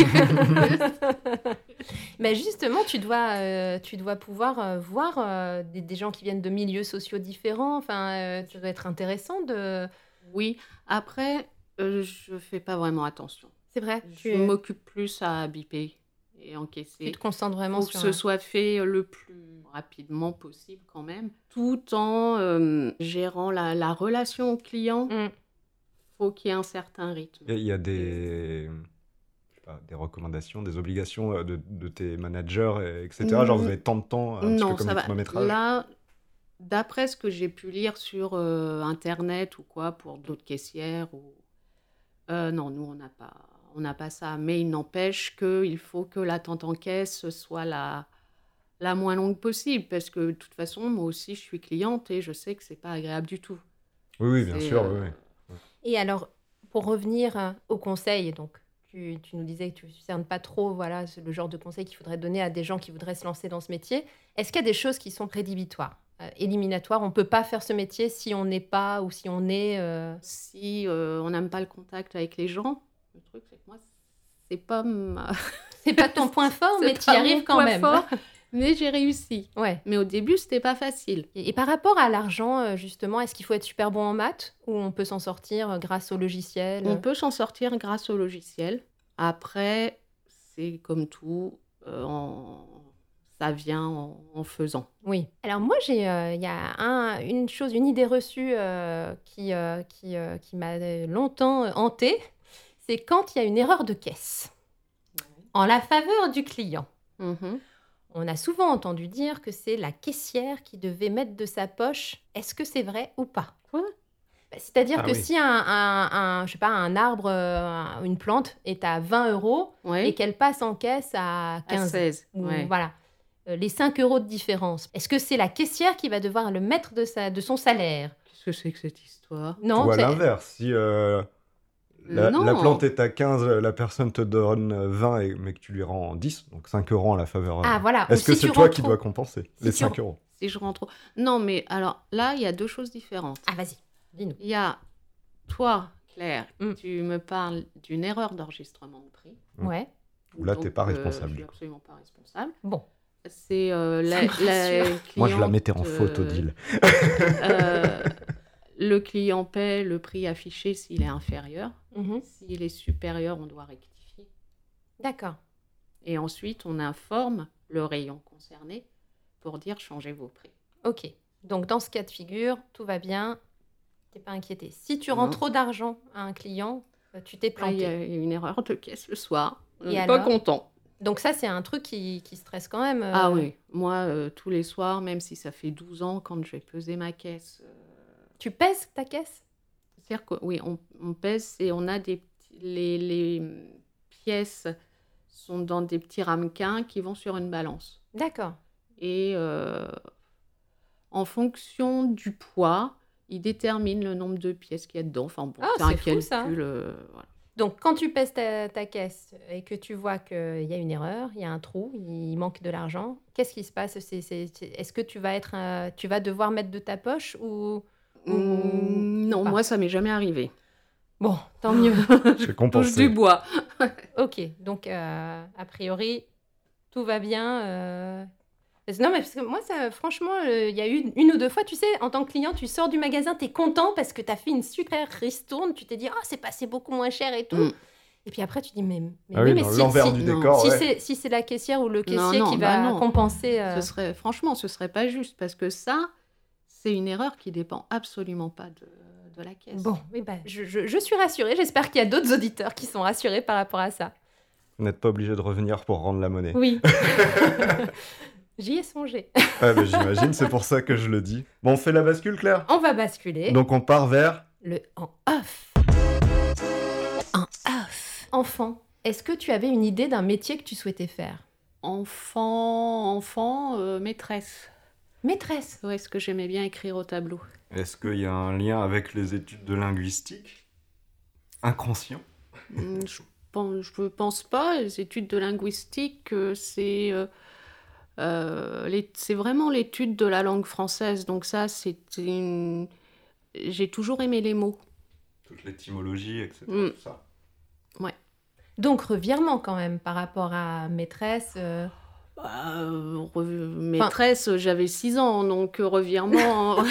S4: Mais justement, tu dois, euh, tu dois pouvoir euh, voir euh, des, des gens qui viennent de milieux sociaux différents. Enfin, euh, ça doit être intéressant de.
S2: oui, après, euh, je fais pas vraiment attention.
S4: C'est vrai.
S2: Je m'occupe plus à biper et encaisser.
S4: tu te concentres vraiment
S2: pour
S4: sur.
S2: que ce
S4: un-
S2: soit fait euh, le plus rapidement possible quand même, tout en euh, gérant la, la relation au client.
S4: Mm.
S2: faut qu'il y ait un certain rythme.
S1: Il y a- il y, a des, je sais pas, des recommandations, des obligations euh, de, de tes managers, et- etc. Genre, vous avez tant de temps, un petit peu
S2: Mmh. non,
S1: comme
S2: ça
S1: les
S2: va.
S1: chronométrages.
S2: Là, d'après ce que j'ai pu lire sur euh, Internet ou quoi, pour d'autres caissières, ou... Euh, non, nous, on n'a pas. On n'a pas ça, mais il n'empêche qu'il faut que l'attente en caisse soit la, la moins longue possible, parce que de toute façon, moi aussi, je suis cliente et je sais que c'est pas agréable du tout.
S1: Oui, oui, bien
S2: C'est,
S1: sûr.
S2: euh,
S1: oui, oui.
S4: Et alors, pour revenir euh, aux conseils, donc tu, tu nous disais que tu ne cernes pas trop voilà, ce- le genre de conseils qu'il faudrait donner à des gens qui voudraient se lancer dans ce métier. Est-ce qu'il y a des choses qui sont rédhibitoires, euh, éliminatoires On ne peut pas faire ce métier si on n'est pas ou si on est... euh,
S2: si euh, on n'aime pas le contact avec les gens, le truc c'est que moi c'est pas ma-
S4: C'est pas ton point fort,
S2: c'est
S4: Oh, mais tu
S2: pas
S4: y
S2: mon
S4: arrives quand
S2: point
S4: même.
S2: fort, mais j'ai réussi.
S4: Ouais.
S2: Mais au début, c'était pas facile.
S4: Et, et par rapport à l'argent, euh, justement, est-ce qu'il faut être super bon en maths ou on peut s'en sortir euh, grâce au logiciel euh
S2: On peut s'en sortir grâce au logiciel. Après, c'est comme tout, euh, en- ça vient en, en faisant.
S4: Oui. Alors moi, j'ai, euh, il y a un- une chose, une idée reçue euh, qui, euh, qui, euh, qui m'a longtemps hantée, c'est quand il y a une erreur de caisse en la faveur du client.
S2: Mhm.
S4: On a souvent entendu dire que c'est la caissière qui devait mettre de sa poche. Est-ce que c'est vrai ou pas
S2: Quoi
S4: Bah, C'est-à-dire
S1: Ah
S4: que
S1: oui.
S4: si un, un- un- je sais pas, un arbre, euh, une plante est à 20 euros
S2: Ouais.
S4: et qu'elle passe en caisse à
S2: À
S4: 15
S2: 16.
S4: ou
S2: ouais.
S4: voilà, euh, les 5 euros de différence. Est-ce que c'est la caissière qui va devoir le mettre de, sa, de son salaire
S2: Qu'est-ce que c'est que cette histoire
S4: Non,
S1: Ou à
S4: c'est-
S1: l'inverse, si euh, la,
S2: Non.
S1: la plante est à 15, la personne te donne euh, 20, et, mais que tu lui rends 10, donc 5 euros en la faveur. euh,
S4: Ah voilà,
S1: Est-ce
S4: Ou
S1: que
S4: si
S1: c'est
S4: tu
S1: toi qui
S4: rentres-
S1: dois compenser
S4: si
S1: les
S4: tu
S1: 5 euros
S2: Si je rentre. au- Non, mais alors là, il y a deux choses différentes.
S4: Ah vas-y, dis-nous.
S2: Il y a toi, Claire,
S4: Mm.
S2: tu me parles d'une erreur d'enregistrement de prix.
S1: Mm.
S4: Ouais.
S1: Où là, t'es
S2: Donc,
S1: pas
S2: euh,
S1: responsable,
S2: je suis
S1: du
S2: absolument pas responsable.
S4: Bon.
S2: C'est euh, la,
S4: Ça me
S2: la
S1: Moi, je la
S2: cliente,
S1: mettais en faute,
S2: euh,
S1: Odile.
S2: euh, le client paie le prix affiché s'il est inférieur.
S4: Mhm.
S2: S'il est supérieur, on doit rectifier.
S4: D'accord.
S2: Et ensuite, on informe le rayon concerné pour dire changez vos prix.
S4: Ok. Donc dans ce cas de figure, tout va bien. T'es pas inquiété. Si tu rends
S2: Non.
S4: trop d'argent à un client, euh, tu t'es
S2: Ah, Il y
S4: planté.
S2: a eu une erreur de caisse le soir. On
S4: Et
S2: n'est pas
S4: alors
S2: content.
S4: Donc ça, c'est un truc qui, qui stresse quand même. euh.
S2: Ah oui, moi, euh, tous les soirs, même si ça fait 12 ans, quand je vais peser ma caisse, euh,
S4: Tu pèses ta caisse
S2: c'est-à-dire que oui, on, on pèse et on a des petits- les, les hum, pièces sont dans des petits ramequins qui vont sur une balance.
S4: D'accord.
S2: Et euh, en fonction du poids, il détermine le nombre de pièces qu'il y a dedans. Enfin bon,
S4: Ah,
S2: c'est un
S4: c'est fou, ça.
S2: calcul. euh, voilà.
S4: Donc quand tu pèses ta, ta caisse et que tu vois qu'il y a une erreur, il y a un trou, il manque de l'argent, qu'est-ce qui se passe C'est- c'est- c'est- Est-ce que tu vas, être, euh, tu vas devoir mettre de ta poche ou...
S2: Hum, non,
S4: pas.
S2: moi, ça m'est jamais arrivé.
S4: Bon, tant mieux.
S1: Je
S2: Touche
S1: compense.
S2: du bois.
S4: ok, donc euh, a priori, tout va bien. euh. Parce- Non, mais parce que moi, ça, franchement, euh, il y a eu une ou deux fois, tu sais, en tant que client, tu sors du magasin, tu es content parce que tu as fait une super ristourne, tu t'es dit, ah, c'est passé beaucoup moins cher et tout.
S2: Mm.
S4: Et puis après, tu dis, mais, mais
S1: Ah oui,
S4: mais
S1: dans
S4: si-
S1: l'envers
S4: si-
S1: du
S2: non,
S1: décor.
S4: Si
S1: ouais.
S4: c'est si c'est la caissière ou le caissier
S2: non,
S4: qui
S2: bah
S4: va
S2: non.
S4: compenser. euh,
S2: Ce serait, franchement, ce serait pas juste parce que ça, c'est une erreur qui dépend absolument pas de, de la caisse.
S4: Bon, oui, bah, je, je- je suis rassurée. J'espère qu'il y a d'autres auditeurs qui sont rassurés par rapport à ça.
S1: Vous n'êtes pas obligé de revenir pour rendre la monnaie.
S4: Oui. J'y ai songé.
S1: Ah, bah, J'imagine, c'est pour ça que je le dis. Bon, on fait la bascule, Claire
S4: On va basculer.
S1: Donc, on part vers.
S4: Le en off. En off. Enfant, est-ce que tu avais une idée d'un métier que tu souhaitais faire
S2: Enfant, enfant, euh, maîtresse.
S4: Maîtresse.
S2: Ouais, ce que j'aimais bien écrire au tableau.
S1: Est-ce qu'il y a un lien avec les études de linguistique Inconscient
S2: Hum, je pense, je pense pas. Les études de linguistique, euh, c'est euh, euh, les- c'est vraiment l'étude de la langue française. Donc ça, c'est une. J'ai toujours aimé les mots.
S1: Toute l'étymologie, etc.
S2: Mm.
S1: tout ça.
S4: Donc revirement quand même par rapport à maîtresse. euh,
S2: Bah, euh, re- maîtresse, j'avais 6 ans, donc euh, revirement. hein.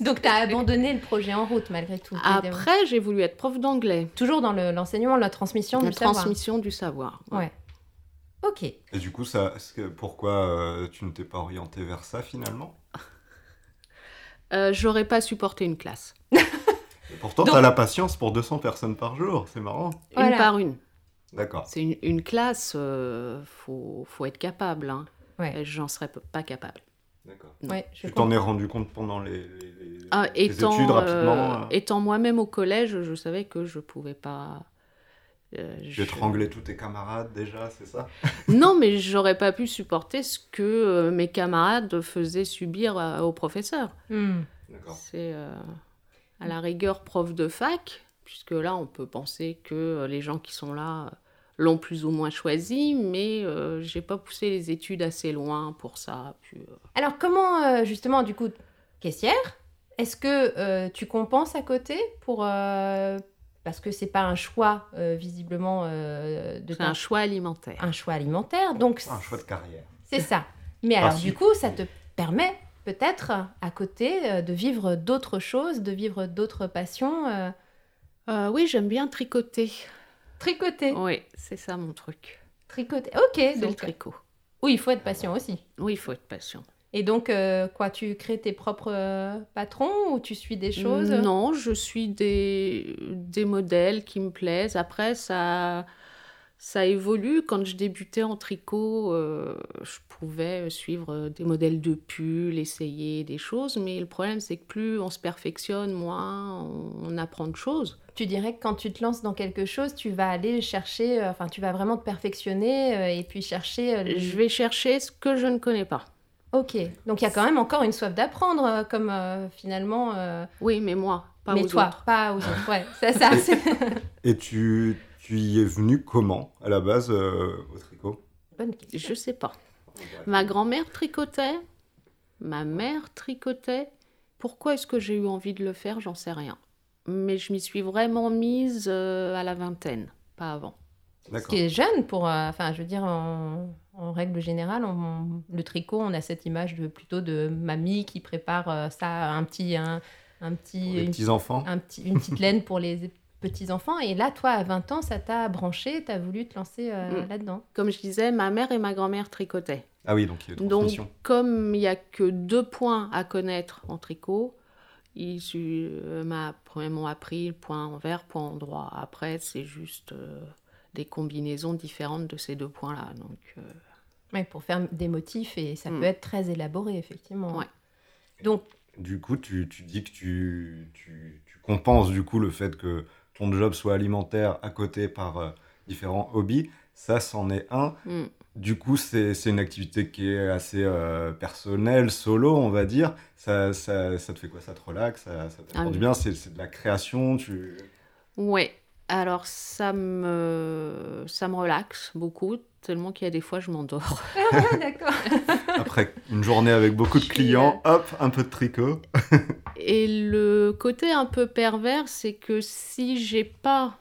S4: Donc tu as abandonné le projet en route malgré tout.
S2: Ah,
S4: évidemment.
S2: Après, j'ai voulu être prof d'anglais.
S4: Toujours dans le- l'enseignement, la transmission
S2: La
S4: du savoir.
S2: transmission du savoir.
S4: Ah, Ouais. Ok.
S1: Et du coup, ça, est-ce que- pourquoi euh, tu ne t'es pas orienté vers ça finalement
S2: Euh, J'aurais pas supporté une classe,
S1: Et Pourtant,
S4: Donc-
S1: t'as la patience pour 200 personnes par jour, c'est marrant.
S4: Voilà.
S2: une par une.
S1: D'accord.
S2: C'est une, une classe, euh, faut, faut être capable. hein.
S4: Ouais.
S2: Et J'en serais p- pas capable.
S1: D'accord.
S2: Non.
S4: Ouais, je
S1: Tu t'en
S4: comprends.
S1: es rendu compte pendant les, les- les-
S2: Ah,
S1: les
S2: étant
S1: études
S2: euh,
S1: rapidement. euh,
S2: étant moi-même au collège, je savais que je pouvais pas. euh,
S1: Tu étranglais tous tes camarades déjà, c'est ça
S2: Non, mais j'aurais pas pu supporter ce que euh, mes camarades faisaient subir euh, aux professeurs.
S4: Hmm.
S1: D'accord.
S2: C'est euh, à la rigueur prof de fac, puisque là, on peut penser que euh, les gens qui sont là euh, l'ont plus ou moins choisi, mais euh, j'ai pas poussé les études assez loin pour ça. Puis, euh,
S4: Alors comment euh, justement du coup caissière Est-ce que euh, tu compenses à côté pour euh, parce que c'est pas un choix euh, visiblement euh, de
S2: C'est un choix alimentaire.
S4: un choix alimentaire. Donc
S1: Ah, Un choix de carrière.
S4: c'est ça. Mais
S1: Ah,
S4: alors
S1: si.
S4: du coup, ça te permet peut-être à côté euh, de vivre d'autres choses, de vivre d'autres passions. euh,
S2: Euh, oui, j'aime bien tricoter.
S4: tricoter,
S2: Oui, c'est ça mon truc.
S4: tricoter. Ok,
S2: C'est le
S4: donc
S2: tricot.
S4: oui, il faut être patient aussi.
S2: Oui, il faut être patient.
S4: Et donc euh, quoi, tu crées tes propres euh, patrons ou tu suis des choses
S2: Non, je suis des, des modèles qui me plaisent. Après, ça, ça évolue. Quand je débutais en tricot, euh, je pouvais suivre euh, des modèles de pulls, essayer des choses. Mais le problème, c'est que plus on se perfectionne, moins on, on apprend de choses.
S4: Tu dirais que quand tu te lances dans quelque chose, tu vas aller chercher, euh, enfin tu vas vraiment te perfectionner euh, et puis chercher. euh, le-
S2: Je vais chercher ce que je ne connais pas.
S4: Ok, donc il y a quand même encore une soif d'apprendre, euh, comme euh, finalement. euh,
S2: Oui, mais moi, pas
S4: mais
S2: aux
S4: toi,
S2: autres.
S4: pas aux autres. Ouais, c'est ça. c'est-
S1: Et tu, tu y es venu comment, à la base, euh, au tricot
S4: Bonne question.
S2: Je sais pas. Ma grand-mère tricotait, ma mère tricotait. Pourquoi est-ce que j'ai eu envie de le faire J'en sais rien. Mais je m'y suis vraiment mise euh, à la vingtaine, pas avant.
S4: Ce
S1: D'accord.
S4: qui est jeune pour, euh, enfin, je veux dire, en, en règle générale, on- le tricot, on a cette image de plutôt de mamie qui prépare euh, ça, un petit, un, un
S1: Pour
S4: petit,
S1: les
S4: une,
S1: petits-enfants
S4: un petit- une petite laine pour les petits enfants. Et là, toi, à 20 ans, ça t'a branché, t'as voulu te lancer euh,
S2: Mm.
S4: là-dedans.
S2: Comme je disais, ma mère et ma grand-mère tricotaient.
S1: Ah oui, donc il y a une
S2: Donc,
S1: transmission.
S2: comme il n'y a que deux points à connaître en tricot, ils su- euh, m'a- m'ont appris le point envers, point endroit. Après, c'est juste euh, des combinaisons différentes de ces deux points-là. Donc, euh,
S4: Ouais, pour faire des motifs et ça
S2: Mm.
S4: peut être très élaboré, effectivement.
S2: Ouais.
S4: Donc,
S1: Du coup, tu, tu dis que tu, tu, tu compenses du coup le fait que ton job soit alimentaire à côté par euh, différents hobbies. Ça, c'en est un.
S2: hmm.
S1: Du coup, c'est c'est une activité qui est assez euh, personnelle, solo, on va dire. Ça, ça, ça te fait quoi Ça te relaxe Ça, ça t'apporte
S2: Ah oui.
S1: du bien C'est c'est de la création tu...
S2: Ouais, alors ça me, ça me relaxe beaucoup, tellement qu'il y a des fois je m'endors.
S4: Ah, d'accord.
S1: Après une journée avec beaucoup de
S4: Je suis, euh,
S1: clients, hop, un peu de tricot.
S2: Et le côté un peu pervers, c'est que si j'ai pas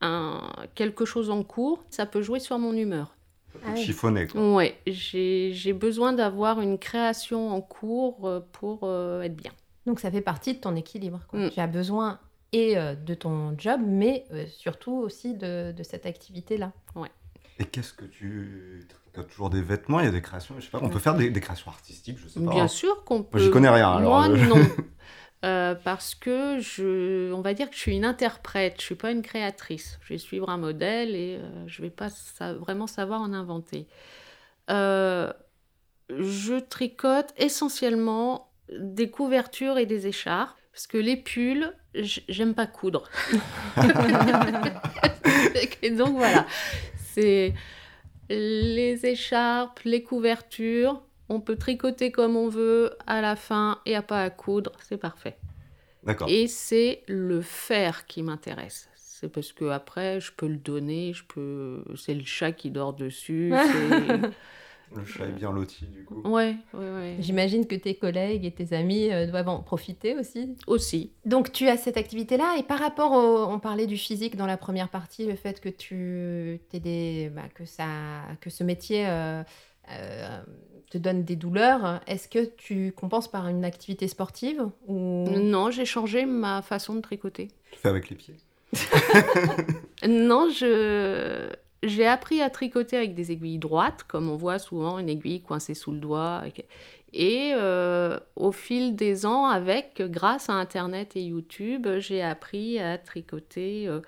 S2: un, quelque chose en cours, ça peut jouer sur mon humeur.
S4: Ah oui.
S1: euh, Chiffonné, quoi.
S2: Ouais, j'ai j'ai besoin d'avoir une création en cours euh, pour euh, être bien.
S4: Donc ça fait partie de ton équilibre. quoi.
S2: Mm.
S4: Tu as besoin et euh, de ton job, mais euh, surtout aussi de, de cette activité-là.
S1: Et qu'est-ce que tu tricotes Toujours des vêtements Il y a des créations, je sais pas. On peut faire des, des créations artistiques, je sais pas. hein.
S2: Bien sûr qu'on peut.
S1: Moi, j'y connais rien. Alors,
S2: Moi,
S1: euh,
S2: non. Euh, parce que je, on va dire que je suis une interprète, je suis pas une créatrice. Je vais suivre un modèle et euh, je vais pas sa- vraiment savoir en inventer. Euh, je tricote essentiellement des couvertures et des écharpes parce que les pulls, j- j'aime pas coudre. et donc voilà, c'est les écharpes, les couvertures. On peut tricoter comme on veut à la fin et à pas à coudre, c'est parfait.
S1: D'accord.
S2: Et c'est le faire qui m'intéresse. C'est parce que après, je peux le donner, je peux. C'est le chat qui dort dessus. c'est-
S1: Le chat est bien loti, du coup.
S2: ouais, ouais, ouais.
S4: J'imagine que tes collègues et tes amis euh, doivent en profiter aussi.
S2: Aussi.
S4: Donc tu as cette activité-là et par rapport au... On parlait du physique dans la première partie, le fait que tu t'aies des... bah, que, ça... que ce métier euh, euh, te donne des douleurs. Est-ce que tu compenses par une activité sportive ou...
S2: Non, j'ai changé ma façon de tricoter.
S1: Tu fais avec les pieds.
S2: Non, je j'ai appris à tricoter avec des aiguilles droites, comme on voit souvent une aiguille coincée sous le doigt. Et euh, au fil des ans, avec grâce à Internet et YouTube, j'ai appris à tricoter euh,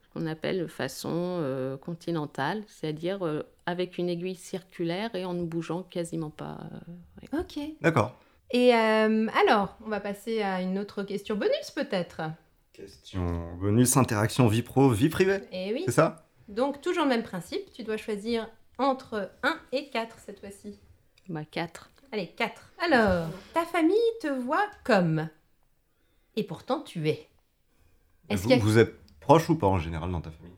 S2: ce qu'on appelle façon euh, continentale, c'est-à-dire euh, avec une aiguille circulaire et en ne bougeant quasiment pas. euh,
S4: Ok.
S1: D'accord.
S4: Et euh, alors, on va passer à une autre question bonus peut-être.
S1: Question bonus, interaction vie pro, vie privée.
S4: Eh oui.
S1: C'est ça
S4: Donc toujours le même principe, tu dois choisir entre 1 et 4 cette fois-ci.
S2: Bah, 4.
S4: Allez, 4. Alors, ta famille te voit comme et pourtant tu es. Est-ce
S1: vous,
S4: qu'il y a-
S1: vous êtes proche ou pas en général dans ta famille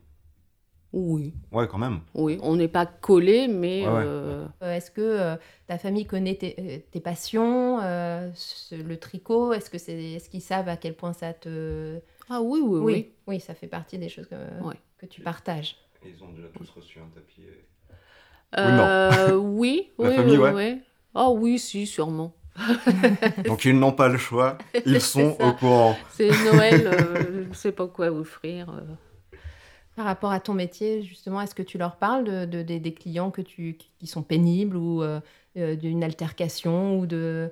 S2: Oui.
S1: Ouais, quand même.
S2: Oui, on n'est pas collé, mais
S1: Ouais, ouais,
S2: euh,
S4: Euh, Est-ce que euh, ta famille connaît tes, euh, tes passions, euh, ce- le tricot Est-ce que c'est, est-ce qu'ils savent à quel point ça te
S2: Ah oui, oui, oui.
S4: Oui, oui, ça fait partie des choses que,
S2: Ouais.
S4: que tu partages.
S1: Ils ont déjà tous reçu un tapis.
S2: Euh, oui,
S1: La
S2: oui,
S1: famille,
S2: oui,
S1: ouais.
S2: oui. Ah oui, si, sûrement.
S1: Donc ils n'ont pas le choix, ils sont
S4: C'est ça.
S1: au courant.
S2: C'est Noël, euh, je ne sais pas quoi offrir. euh.
S4: Par rapport à ton métier, justement, est-ce que tu leur parles de, de- des- des clients que tu, qui sont pénibles ou euh, euh, d'une altercation ou de,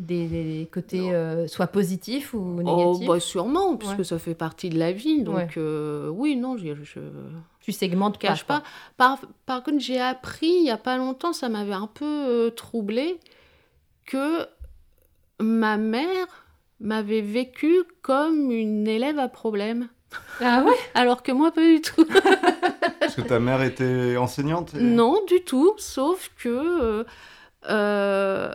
S4: des, des côtés euh, soit positifs ou
S2: Oh,
S4: négatifs
S2: bah sûrement, puisque
S4: Ouais.
S2: ça fait partie de la vie. Donc,
S4: Ouais.
S2: euh, oui, non, je ne
S4: Tu segmentes
S2: cache pas. Par, par contre, j'ai appris il n'y a pas longtemps, ça m'avait un peu euh, troublé, que ma mère m'avait vécu comme une élève à problème.
S4: Ah ouais
S2: Alors que moi, pas du tout.
S1: Est-ce que ta mère était enseignante et-
S2: Non, du tout, sauf que euh, euh,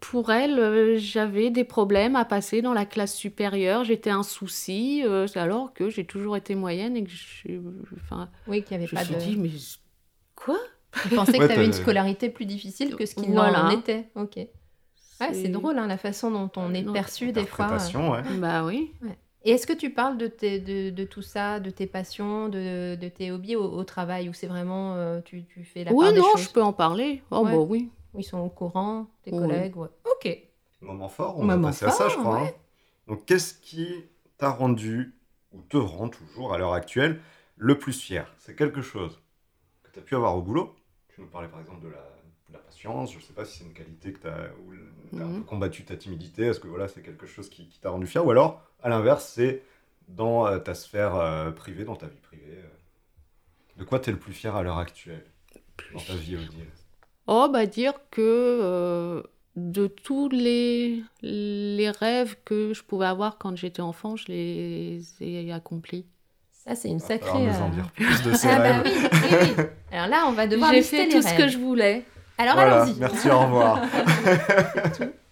S2: pour elle, euh, j'avais des problèmes à passer dans la classe supérieure, j'étais un souci, euh, alors que j'ai toujours été moyenne et que je, enfin,
S4: Oui, qu'il n'y
S2: je
S4: avait
S2: me
S4: pas
S2: suis
S4: de...
S2: dit, mais quoi
S4: Tu pensais que
S1: Ouais,
S4: tu avais une
S1: t'as-
S4: scolarité plus difficile que ce qu'il
S2: Voilà.
S4: en était. Ok. Ouais, c'est drôle, hein, la façon dont on est
S2: Non.
S4: perçu des fois.
S1: Interprétation, ouais.
S2: Bah oui.
S4: Et est-ce que tu parles de, tes- de, de tout ça, de tes passions, de, de tes hobbies au, au travail où c'est vraiment euh, tu, tu fais la
S2: Oui,
S4: part des
S2: non,
S4: choses
S2: je peux en parler. Oh,
S4: Ouais.
S2: bah oui.
S4: où ils sont au courant, tes
S2: Oui.
S4: collègues ouais. Ok.
S1: Moment fort, on
S4: Moment
S1: a passé à ça, je
S4: fort,
S1: crois. hein.
S4: ouais.
S1: Donc, qu'est-ce qui t'a rendu, ou te rend toujours à l'heure actuelle, le plus fier C'est quelque chose que tu as pu avoir au boulot. Tu nous parlais par exemple de la, de la patience, je ne sais pas si c'est une qualité que tu as, ou tu un
S2: Mhm.
S1: peu combattu ta timidité, est-ce que voilà, c'est quelque chose qui, qui t'a rendu fier Ou alors, à l'inverse, c'est dans euh, ta sphère euh, privée, dans ta vie privée. euh, de quoi tu es le plus fier à l'heure actuelle dans ta vie, Odile
S2: Oh, bah dire que euh, de tous les, les rêves que je pouvais avoir quand j'étais enfant, je les ai accomplis.
S4: Ça, c'est une
S1: Va falloir
S4: sacrée.
S1: nous en
S4: euh,
S1: dire plus de ces
S4: Ah bah
S1: rêves.
S4: oui, oui, oui. Alors là, on va devoir
S2: J'ai
S4: lister
S2: fait
S4: les
S2: tout ce que
S4: rêves.
S2: je voulais.
S4: Alors
S1: Voilà,
S4: allons-y.
S1: merci, au revoir.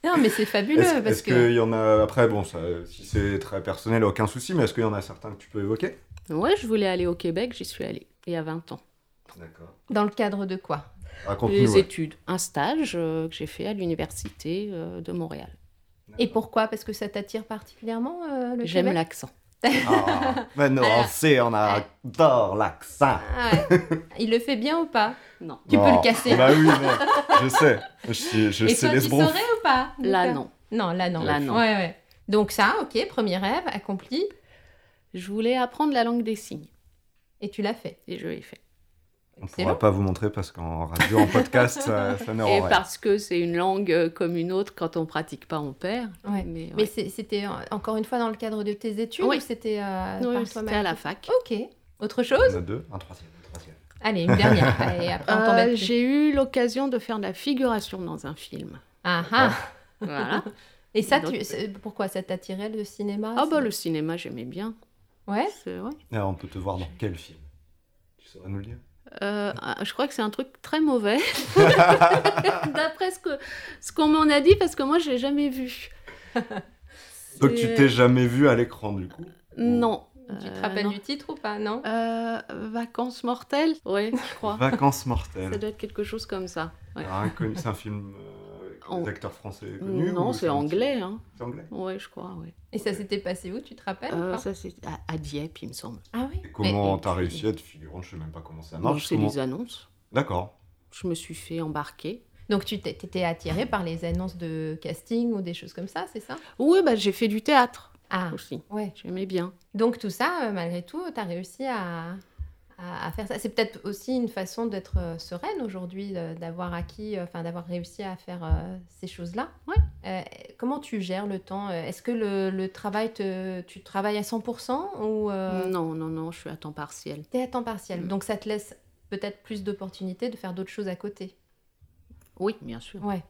S4: Non, mais c'est fabuleux
S1: Est-ce
S4: parce
S1: est-ce
S4: que.
S1: qu'il y en a après bon ça, si c'est très personnel aucun souci mais est-ce qu'il y en a certains que tu peux évoquer
S2: Ouais, je voulais aller au Québec, j'y suis allée il y a 20 ans.
S1: D'accord.
S4: Dans le cadre de quoi
S1: Raconte-nous.
S2: Les
S1: ouais.
S2: études, un stage euh, que j'ai fait à l'université euh, de Montréal.
S4: Et pourquoi Parce que ça t'attire particulièrement euh, le
S2: J'aime
S4: Québec
S2: l'accent.
S1: Ah, mais nous on
S4: Alors.
S1: sait on adore l'accent.
S4: Ah ouais. Il le fait bien ou pas
S2: Non.
S4: Tu peux
S1: Oh,
S4: le casser.
S1: Bah oui mais je sais je, sais- je
S4: Et
S1: sais
S4: toi,
S1: les
S4: tu
S1: bronfs.
S4: saurais ou pas
S2: Là,
S4: D'accord.
S2: non.
S4: Non, là non.
S2: Là, non.
S4: Ouais, ouais. Donc ça, ok, premier rêve accompli,
S2: Je voulais apprendre la langue des signes
S4: et tu l'as fait.
S2: et je l'ai fait.
S1: On
S4: Excellent.
S1: pourra pas vous montrer parce qu'en radio en podcast ça, ça ne
S2: et
S1: rend rien.
S2: parce que c'est une langue euh, comme une autre, quand on pratique pas, on perd.
S4: Ouais.
S2: Mais, ouais.
S4: Mais c'est- c'était euh, encore une fois dans le cadre de tes études
S2: Oui.
S4: ou c'était euh,
S2: Oui,
S4: par
S2: c'était
S4: toi-même
S2: à la fac.
S4: Ok. Autre chose
S1: On a deux, un troisième, un troisième.
S4: Allez, une dernière. Allez, après on
S2: Euh,
S4: t'embête plus.
S2: j'ai eu l'occasion de faire de la figuration dans un film.
S4: Ah ah.
S2: Voilà.
S4: Et ça,
S2: Donc-
S4: tu, c'est- pourquoi ça t'attirait le cinéma
S2: Ah
S4: ça-
S2: bah le cinéma, j'aimais bien.
S4: Ouais.
S2: C'est- ouais.
S1: Alors, on peut te voir dans quel film Tu saurais nous le dire
S2: Euh, ah, je crois que c'est un truc très mauvais, d'après ce que ce qu'on m'en a dit, parce que moi je l'ai jamais vu.
S1: Donc tu
S2: C'est-
S1: t'es jamais vu à l'écran du coup
S2: Non.
S4: Tu te
S2: Euh,
S4: rappelles
S2: non.
S4: du titre ou pas Non.
S2: Euh, Vacances mortelles Ouais, je crois.
S1: Vacances
S2: Ça
S1: mortelles.
S2: doit être quelque chose comme ça. Ouais.
S1: Alors, inconnu- C'est Ah, un film euh, avec
S2: En-
S1: des acteurs français connus
S2: Non,
S1: ou
S2: c'est
S1: un
S2: anglais.
S1: petit-
S2: Hein.
S1: C'est anglais.
S2: Ouais, je crois. Ouais.
S4: Et ça s'était passé où Tu te rappelles ou
S2: Euh,
S4: pas
S2: ça c'est à, à Dieppe, il me semble.
S4: Ah oui.
S1: Et comment
S2: et
S1: t'as
S2: tu-
S1: réussi à être figurante Je sais même pas comment ça
S2: Bon,
S1: marche.
S2: c'est
S1: comment-
S2: les annonces.
S1: D'accord.
S2: Je me suis fait embarquer.
S4: Donc tu t'es- t'étais attirée par les annonces de casting ou des choses comme ça, c'est ça
S2: Oui, bah, j'ai fait du théâtre
S4: Ah
S2: aussi.
S4: ouais.
S2: J'aimais bien.
S4: Donc tout ça, euh, malgré tout, tu as réussi à, à- à faire ça. C'est peut-être aussi une façon d'être euh, sereine aujourd'hui, euh, d'avoir acquis, euh, enfin d'avoir réussi à faire euh, ces choses-là.
S2: Ouais.
S4: Euh, comment tu gères le temps Euh, Est-ce que le, le travail, te, tu travailles à 100% ou euh,
S2: Non, non, non, je suis à temps partiel.
S4: t'es à temps partiel
S2: Mm.
S4: Donc ça te laisse peut-être plus d'opportunités de faire d'autres choses à côté.
S2: Oui, bien sûr.
S4: Ouais.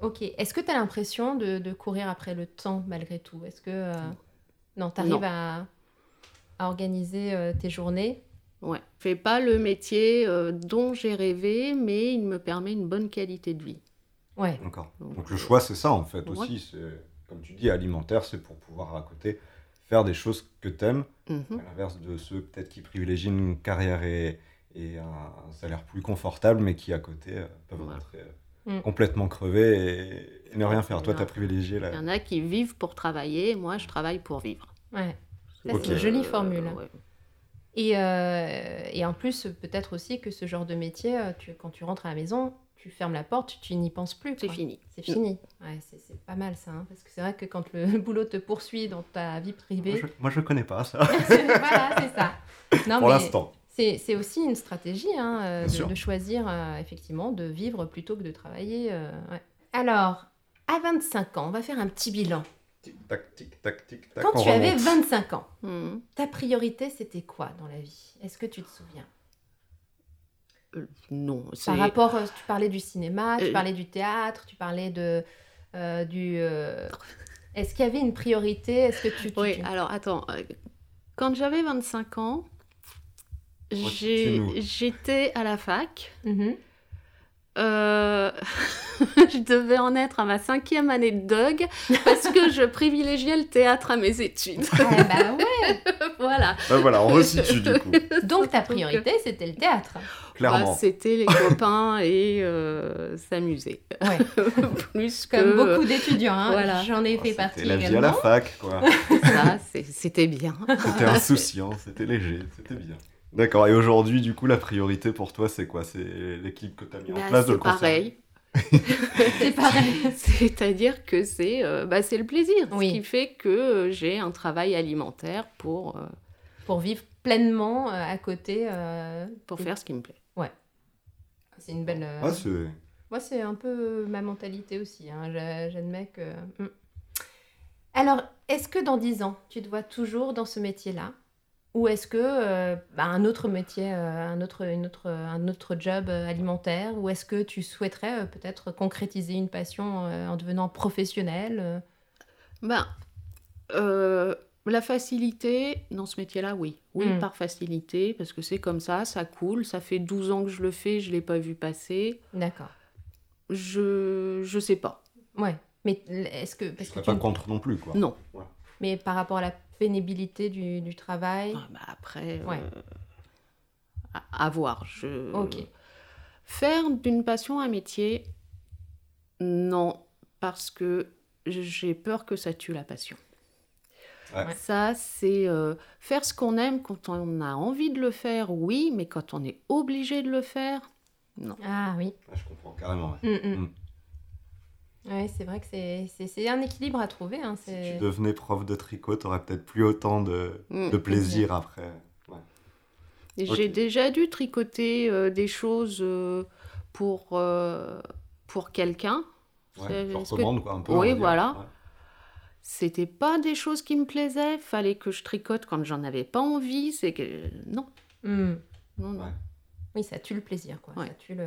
S4: Ok. Est-ce que tu as l'impression de, de courir après le temps malgré tout Est-ce que. euh, Non, tu
S2: Non.
S4: arrives à, à organiser euh, tes journées
S2: Ouais. Je fais pas le métier euh, dont j'ai rêvé, mais il me permet une bonne qualité de vie.
S4: Ouais.
S1: D'accord.
S2: Donc, euh,
S1: Donc le choix, c'est ça en fait
S2: Ouais.
S1: aussi. C'est comme tu dis, alimentaire, c'est pour pouvoir à côté faire des choses que t'aimes,
S2: Mhm.
S1: à l'inverse de ceux peut-être qui privilégient une carrière et, et un, un salaire plus confortable, mais qui à côté euh, peuvent
S2: Ouais. Mmh.
S1: rentrer euh,
S4: Mm.
S1: complètement crevés et, et ne rien faire. Toi,
S2: Non.
S1: t'as privilégié la.
S2: Il y en a qui vivent pour travailler, moi je travaille pour vivre.
S4: Ouais. Ça,
S1: Ok.
S4: c'est une jolie formule.
S2: Euh, ouais.
S4: Et, euh, et en plus, peut-être aussi que ce genre de métier, euh, tu- quand tu rentres à la maison, tu fermes la porte, tu n'y penses plus.
S2: C'est
S4: quoi.
S2: fini.
S4: C'est fini. Ouais, c'est c'est pas mal ça, hein, parce que c'est vrai que quand le boulot te poursuit dans ta vie
S1: Moi
S4: privée,
S1: je, moi, je connais pas ça.
S4: voilà, c'est ça. Non,
S1: Pour
S4: mais
S1: l'instant.
S4: C'est c'est aussi une stratégie hein, euh,
S1: Bien
S4: de,
S1: sûr.
S4: de choisir euh, effectivement de vivre plutôt que de travailler. euh, ouais. Alors, à 25 ans, on va faire un petit bilan.
S1: Tic tac tic tac tic tac.
S4: Quand
S1: on
S4: tu avais
S1: remonte.
S4: 25 ans,
S2: Hmm.
S4: ta priorité c'était quoi dans la vie Est-ce que tu te souviens
S2: Non, c'est
S4: Par rapport, euh, tu parlais du cinéma, tu
S2: Euh.
S4: parlais du théâtre, tu parlais de euh, du. euh, Est-ce qu'il y avait une priorité Est-ce que tu, tu-
S2: Oui,
S4: tu-
S2: alors attends. euh, Quand j'avais 25 ans, j'ai-
S1: Restitue-nous.
S2: j'étais à la fac.
S4: Mhm.
S2: Euh, je devais en être à ma cinquième année de Doug parce que je privilégiais le théâtre à mes études.
S4: Ah, bah ouais.
S2: voilà.
S1: Bah voilà, on resitue du coup,
S2: Ah,
S4: Donc ta priorité c'était le théâtre.
S2: Bah,
S1: clairement.
S2: C'était les copains et euh, s'amuser.
S4: Ouais.
S2: Plus que.
S4: Comme beaucoup d'étudiants, hein,
S2: voilà.
S4: j'en ai fait
S1: C'était
S4: partie
S1: la vie à la
S4: également.
S1: fac, quoi.
S2: Ça, c'est- c'était bien.
S1: C'était insouciant, c'était léger, c'était bien. D'accord, et aujourd'hui, du coup, la priorité pour toi, c'est quoi C'est l'équipe que tu as mis
S2: Bah,
S1: en place de
S2: c'est
S1: le conserver
S2: pareil.
S4: C'est pareil.
S2: C'est-à-dire que c'est euh, bah, c'est le plaisir,
S4: Oui.
S2: ce qui fait que euh, j'ai un travail alimentaire pour, euh,
S4: pour vivre pleinement euh, à côté. euh,
S2: pour
S4: Oui.
S2: faire ce qui me plaît.
S4: c'est une belle. euh,
S1: Ouais, Ah, c'est-
S4: Moi, c'est un peu ma mentalité aussi. hein, j'a- J'admets que. Mm. Alors, est-ce que dans 10 ans, tu te vois toujours dans ce métier-là ou est-ce que euh, bah, un autre métier, euh, un, autre, une autre, un autre job euh, alimentaire, ou est-ce que tu souhaiterais euh, peut-être concrétiser une passion euh, en devenant professionnel euh
S2: Ben, euh, la facilité, dans ce métier-là, oui. Oui,
S4: Mm.
S2: par facilité, parce que c'est comme ça, ça coule. Ça fait 12 ans que je le fais, je ne l'ai pas vu passer.
S4: D'accord.
S2: Je ne sais pas.
S4: Ouais. Mais l- est-ce que.
S1: Je
S4: Parce que
S1: serais
S4: tu-
S1: pas contre non plus, quoi.
S2: Non.
S4: Mais par rapport à la pénibilité du, du travail.
S2: Ah, bah, après, euh,
S4: Ouais.
S2: à, à voir.
S1: Ah,
S2: Je...
S4: Ok.
S1: euh,
S2: Faire d'une passion un métier, non, parce que j'ai peur que ça tue la passion.
S1: Ouais.
S4: Ouais.
S2: Ça, c'est euh, faire ce qu'on aime quand on a envie de le faire, oui, mais quand on est obligé de le faire,
S4: Ah oui.
S1: Ah, je comprends carrément. ouais.
S4: Mm, mm.
S1: Mm.
S4: Ouais, c'est vrai que c'est- c'est c'est un équilibre à trouver. hein,
S1: Si
S2: Euh.
S4: c'est-
S1: tu devenais prof de tricot, t'aurais peut-être plus autant de,
S2: mm.
S1: de plaisir après.
S2: Et
S1: Ok.
S2: J'ai déjà dû tricoter euh, des choses euh, pour, euh, pour quelqu'un.
S1: Ouais,
S2: C'est-
S1: genre
S2: est-ce que-
S1: commande, quoi, un peu.
S2: Oui,
S1: on va dire.
S2: voilà.
S1: Ouais.
S2: C'était pas des choses qui me plaisaient, fallait que je tricote quand j'en avais pas envie, c'est que non,
S4: Mm.
S2: non, non.
S1: Ouais.
S4: Oui, ça tue le plaisir, quoi.
S2: Ouais.
S4: Ça tue le.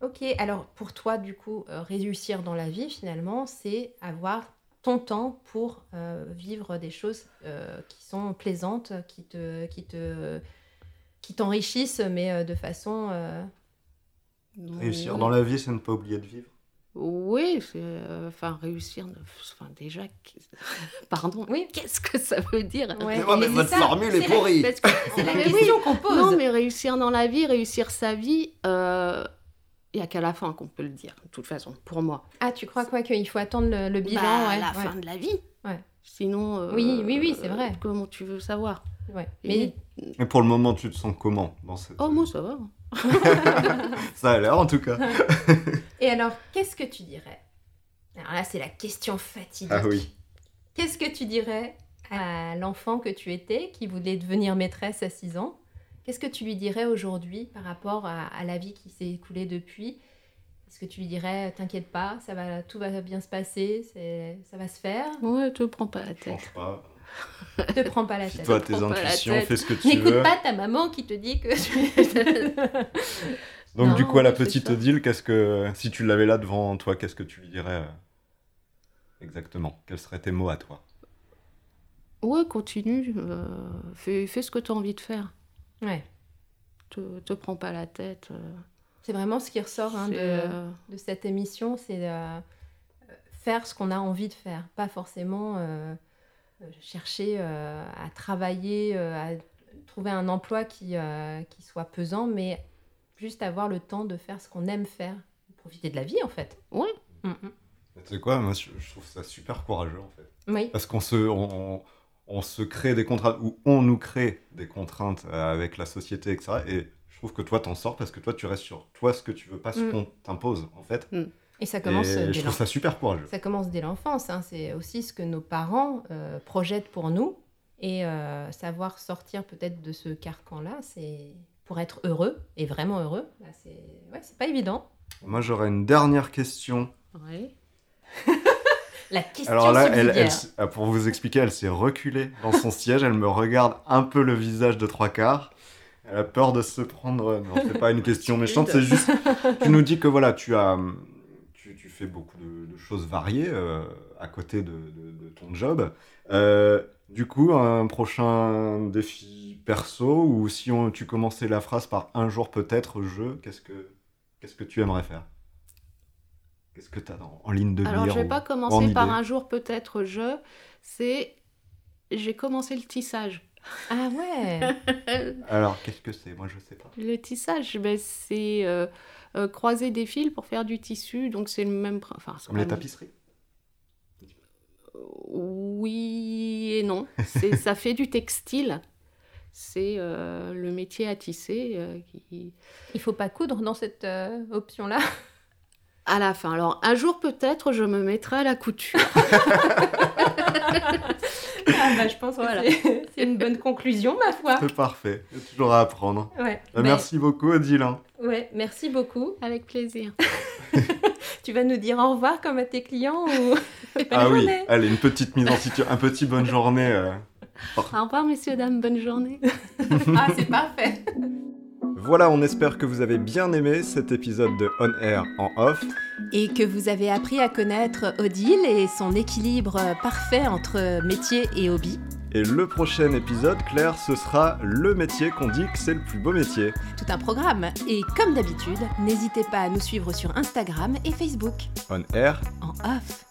S4: Ok, alors pour toi, du coup, euh, réussir dans la vie, finalement, c'est avoir ton temps pour euh, vivre des choses euh, qui sont plaisantes, qui te, qui te, qui t'enrichissent, mais euh, de façon. euh,
S2: Non.
S1: Réussir dans la vie, c'est ne pas oublier de vivre.
S2: Oui, c'est, euh, enfin réussir, ne- enfin déjà, qu'est- pardon,
S4: Oui.
S2: qu'est-ce que ça veut dire
S4: Ouais,
S1: Mais ouais, mais
S4: c'est
S1: votre
S4: ça,
S1: formule est
S4: c'est la-
S1: pourrie.
S2: Parce que-
S4: C'est la
S2: Mais oui.
S4: question qu'on pose.
S2: Non, mais réussir dans la vie, réussir sa vie, il n'y a qu'à la fin qu'on peut le dire, de toute façon, pour moi.
S4: Ah, tu crois quoi qu'il faut attendre le, le bilan
S2: Bah,
S4: ouais,
S2: la
S4: ouais.
S2: fin de la vie.
S4: Ouais.
S2: Sinon. euh,
S4: Oui, oui, oui, c'est vrai.
S2: Comment tu veux savoir
S4: Ouais.
S2: Et-
S4: Mais
S1: Mais pour le moment, tu te sens comment dans cette...
S2: Oh, moi, ça va.
S1: Ça a l'air, en tout cas.
S4: Et alors, qu'est-ce que tu dirais Alors là, c'est la question fatidique.
S1: Ah oui.
S4: Qu'est-ce que tu dirais à l'enfant que tu étais, qui voulait devenir maîtresse à 6 ans Qu'est-ce que tu lui dirais aujourd'hui par rapport à, à la vie qui s'est écoulée depuis Est-ce que tu lui dirais, t'inquiète pas, ça va, tout va bien se passer, c'est- ça va se faire
S2: Ouais, te prends pas la tête.
S1: Change pas.
S4: Te prends pas la tête.
S1: Fie-toi à tes
S2: prends pas la
S1: intuitions,
S2: tête.
S1: fais ce que tu veux.
S4: N'écoute pas ta maman qui te dit que tu...
S1: Donc
S2: Non,
S1: du coup, à la
S2: c'est
S1: petite
S2: ça.
S1: Odile, qu'est-ce que si tu l'avais là devant toi, qu'est-ce que tu lui dirais euh, exactement Quels seraient tes mots à toi
S2: Ouais, continue. euh, fais, fais ce que tu as envie de faire.
S4: Ouais.
S2: Te, te prends pas la tête. euh,
S4: C'est vraiment ce qui ressort hein,
S2: c'est,
S4: de,
S2: euh,
S4: de cette émission, c'est euh, faire ce qu'on a envie de faire, pas forcément euh, euh, chercher euh, à travailler, euh, à trouver un emploi qui, euh, qui soit pesant, mais juste avoir le temps de faire ce qu'on aime faire, profiter de la vie en fait.
S2: Ouais.
S4: Mm, mm.
S1: Tu sais quoi Moi, je, je trouve ça super courageux en fait,
S4: Oui,
S1: parce qu'on se, on, on- on se crée des contraintes, ou on nous crée des contraintes euh, avec la société, etc. Et je trouve que toi, t'en sors parce que toi, tu restes sur toi ce que tu veux, pas ce
S4: Mm.
S1: qu'on t'impose, en fait.
S4: Et ça
S1: Et
S4: commence euh,
S1: je
S4: dès
S1: trouve
S4: l'enfance.
S1: ça super courageux.
S4: Ça commence dès l'enfance. hein. C'est aussi ce que nos parents euh, projettent pour nous. Et euh, savoir sortir peut-être de ce carcan-là, c'est pour être heureux et vraiment heureux. bah, c'est ouais, c'est pas évident.
S1: Moi, j'aurais une dernière question.
S2: Ouais.
S4: La question
S1: Alors là, elle,
S4: subsidiaire.
S1: elle s- ah, pour vous expliquer, elle s'est reculée dans son siège, elle me regarde un peu le visage de trois quarts. Elle a peur de se prendre. Non, c'est pas une question méchante, c'est juste. Tu nous dis que voilà, tu as, tu, tu fais beaucoup de, de choses variées euh, à côté de, de- de ton job. Euh, du coup, un prochain défi perso ou si on, tu commençais la phrase par un jour peut-être je, qu'est-ce que, qu'est-ce que tu aimerais faire Qu'est-ce que tu as en ligne de mire
S2: Alors, je vais
S1: ou-
S2: pas
S1: en
S2: commencer
S1: idée.
S2: par un jour, peut-être je. C'est. J'ai commencé le tissage.
S4: Ah ouais
S1: Alors, qu'est-ce que c'est Moi, je sais pas.
S2: Le tissage, ben, c'est euh, euh, croiser des fils pour faire du tissu. Donc, c'est le même. prin- Enfin, c'est
S1: Comme
S2: quand
S1: les
S2: même- euh,
S1: tapisseries.
S2: Oui et non. C'est- ça fait du textile. C'est euh, le métier à tisser euh, qui.
S4: Il faut pas coudre dans cette euh, option-là.
S2: À la fin. Alors, un jour, peut-être, je me mettrai à la couture.
S4: Ah bah, je pense que
S2: Voilà.
S4: c'est c'est une bonne conclusion, ma foi.
S1: C'est parfait. Il y a toujours à apprendre.
S4: Ouais.
S1: Bah, Merci beaucoup, hein. Odilin.
S4: Mais- ouais, merci beaucoup.
S2: Avec plaisir.
S4: Tu vas nous dire au revoir comme à tes clients ou Bonne
S1: ah
S4: journée.
S1: oui, allez, une petite mise en situation, un petit bonne journée. euh.
S2: Au revoir, messieurs, dames. Bonne journée.
S4: Ah, c'est parfait.
S1: Voilà, on espère que vous avez bien aimé cet épisode de On Air en Off.
S4: et que vous avez appris à connaître Odile et son équilibre parfait entre métier et hobby.
S1: Et le prochain épisode, Claire, ce sera le métier qu'on dit que c'est le plus beau métier.
S4: Tout un programme. Et comme d'habitude, n'hésitez pas à nous suivre sur Instagram et Facebook.
S1: On Air
S4: En off.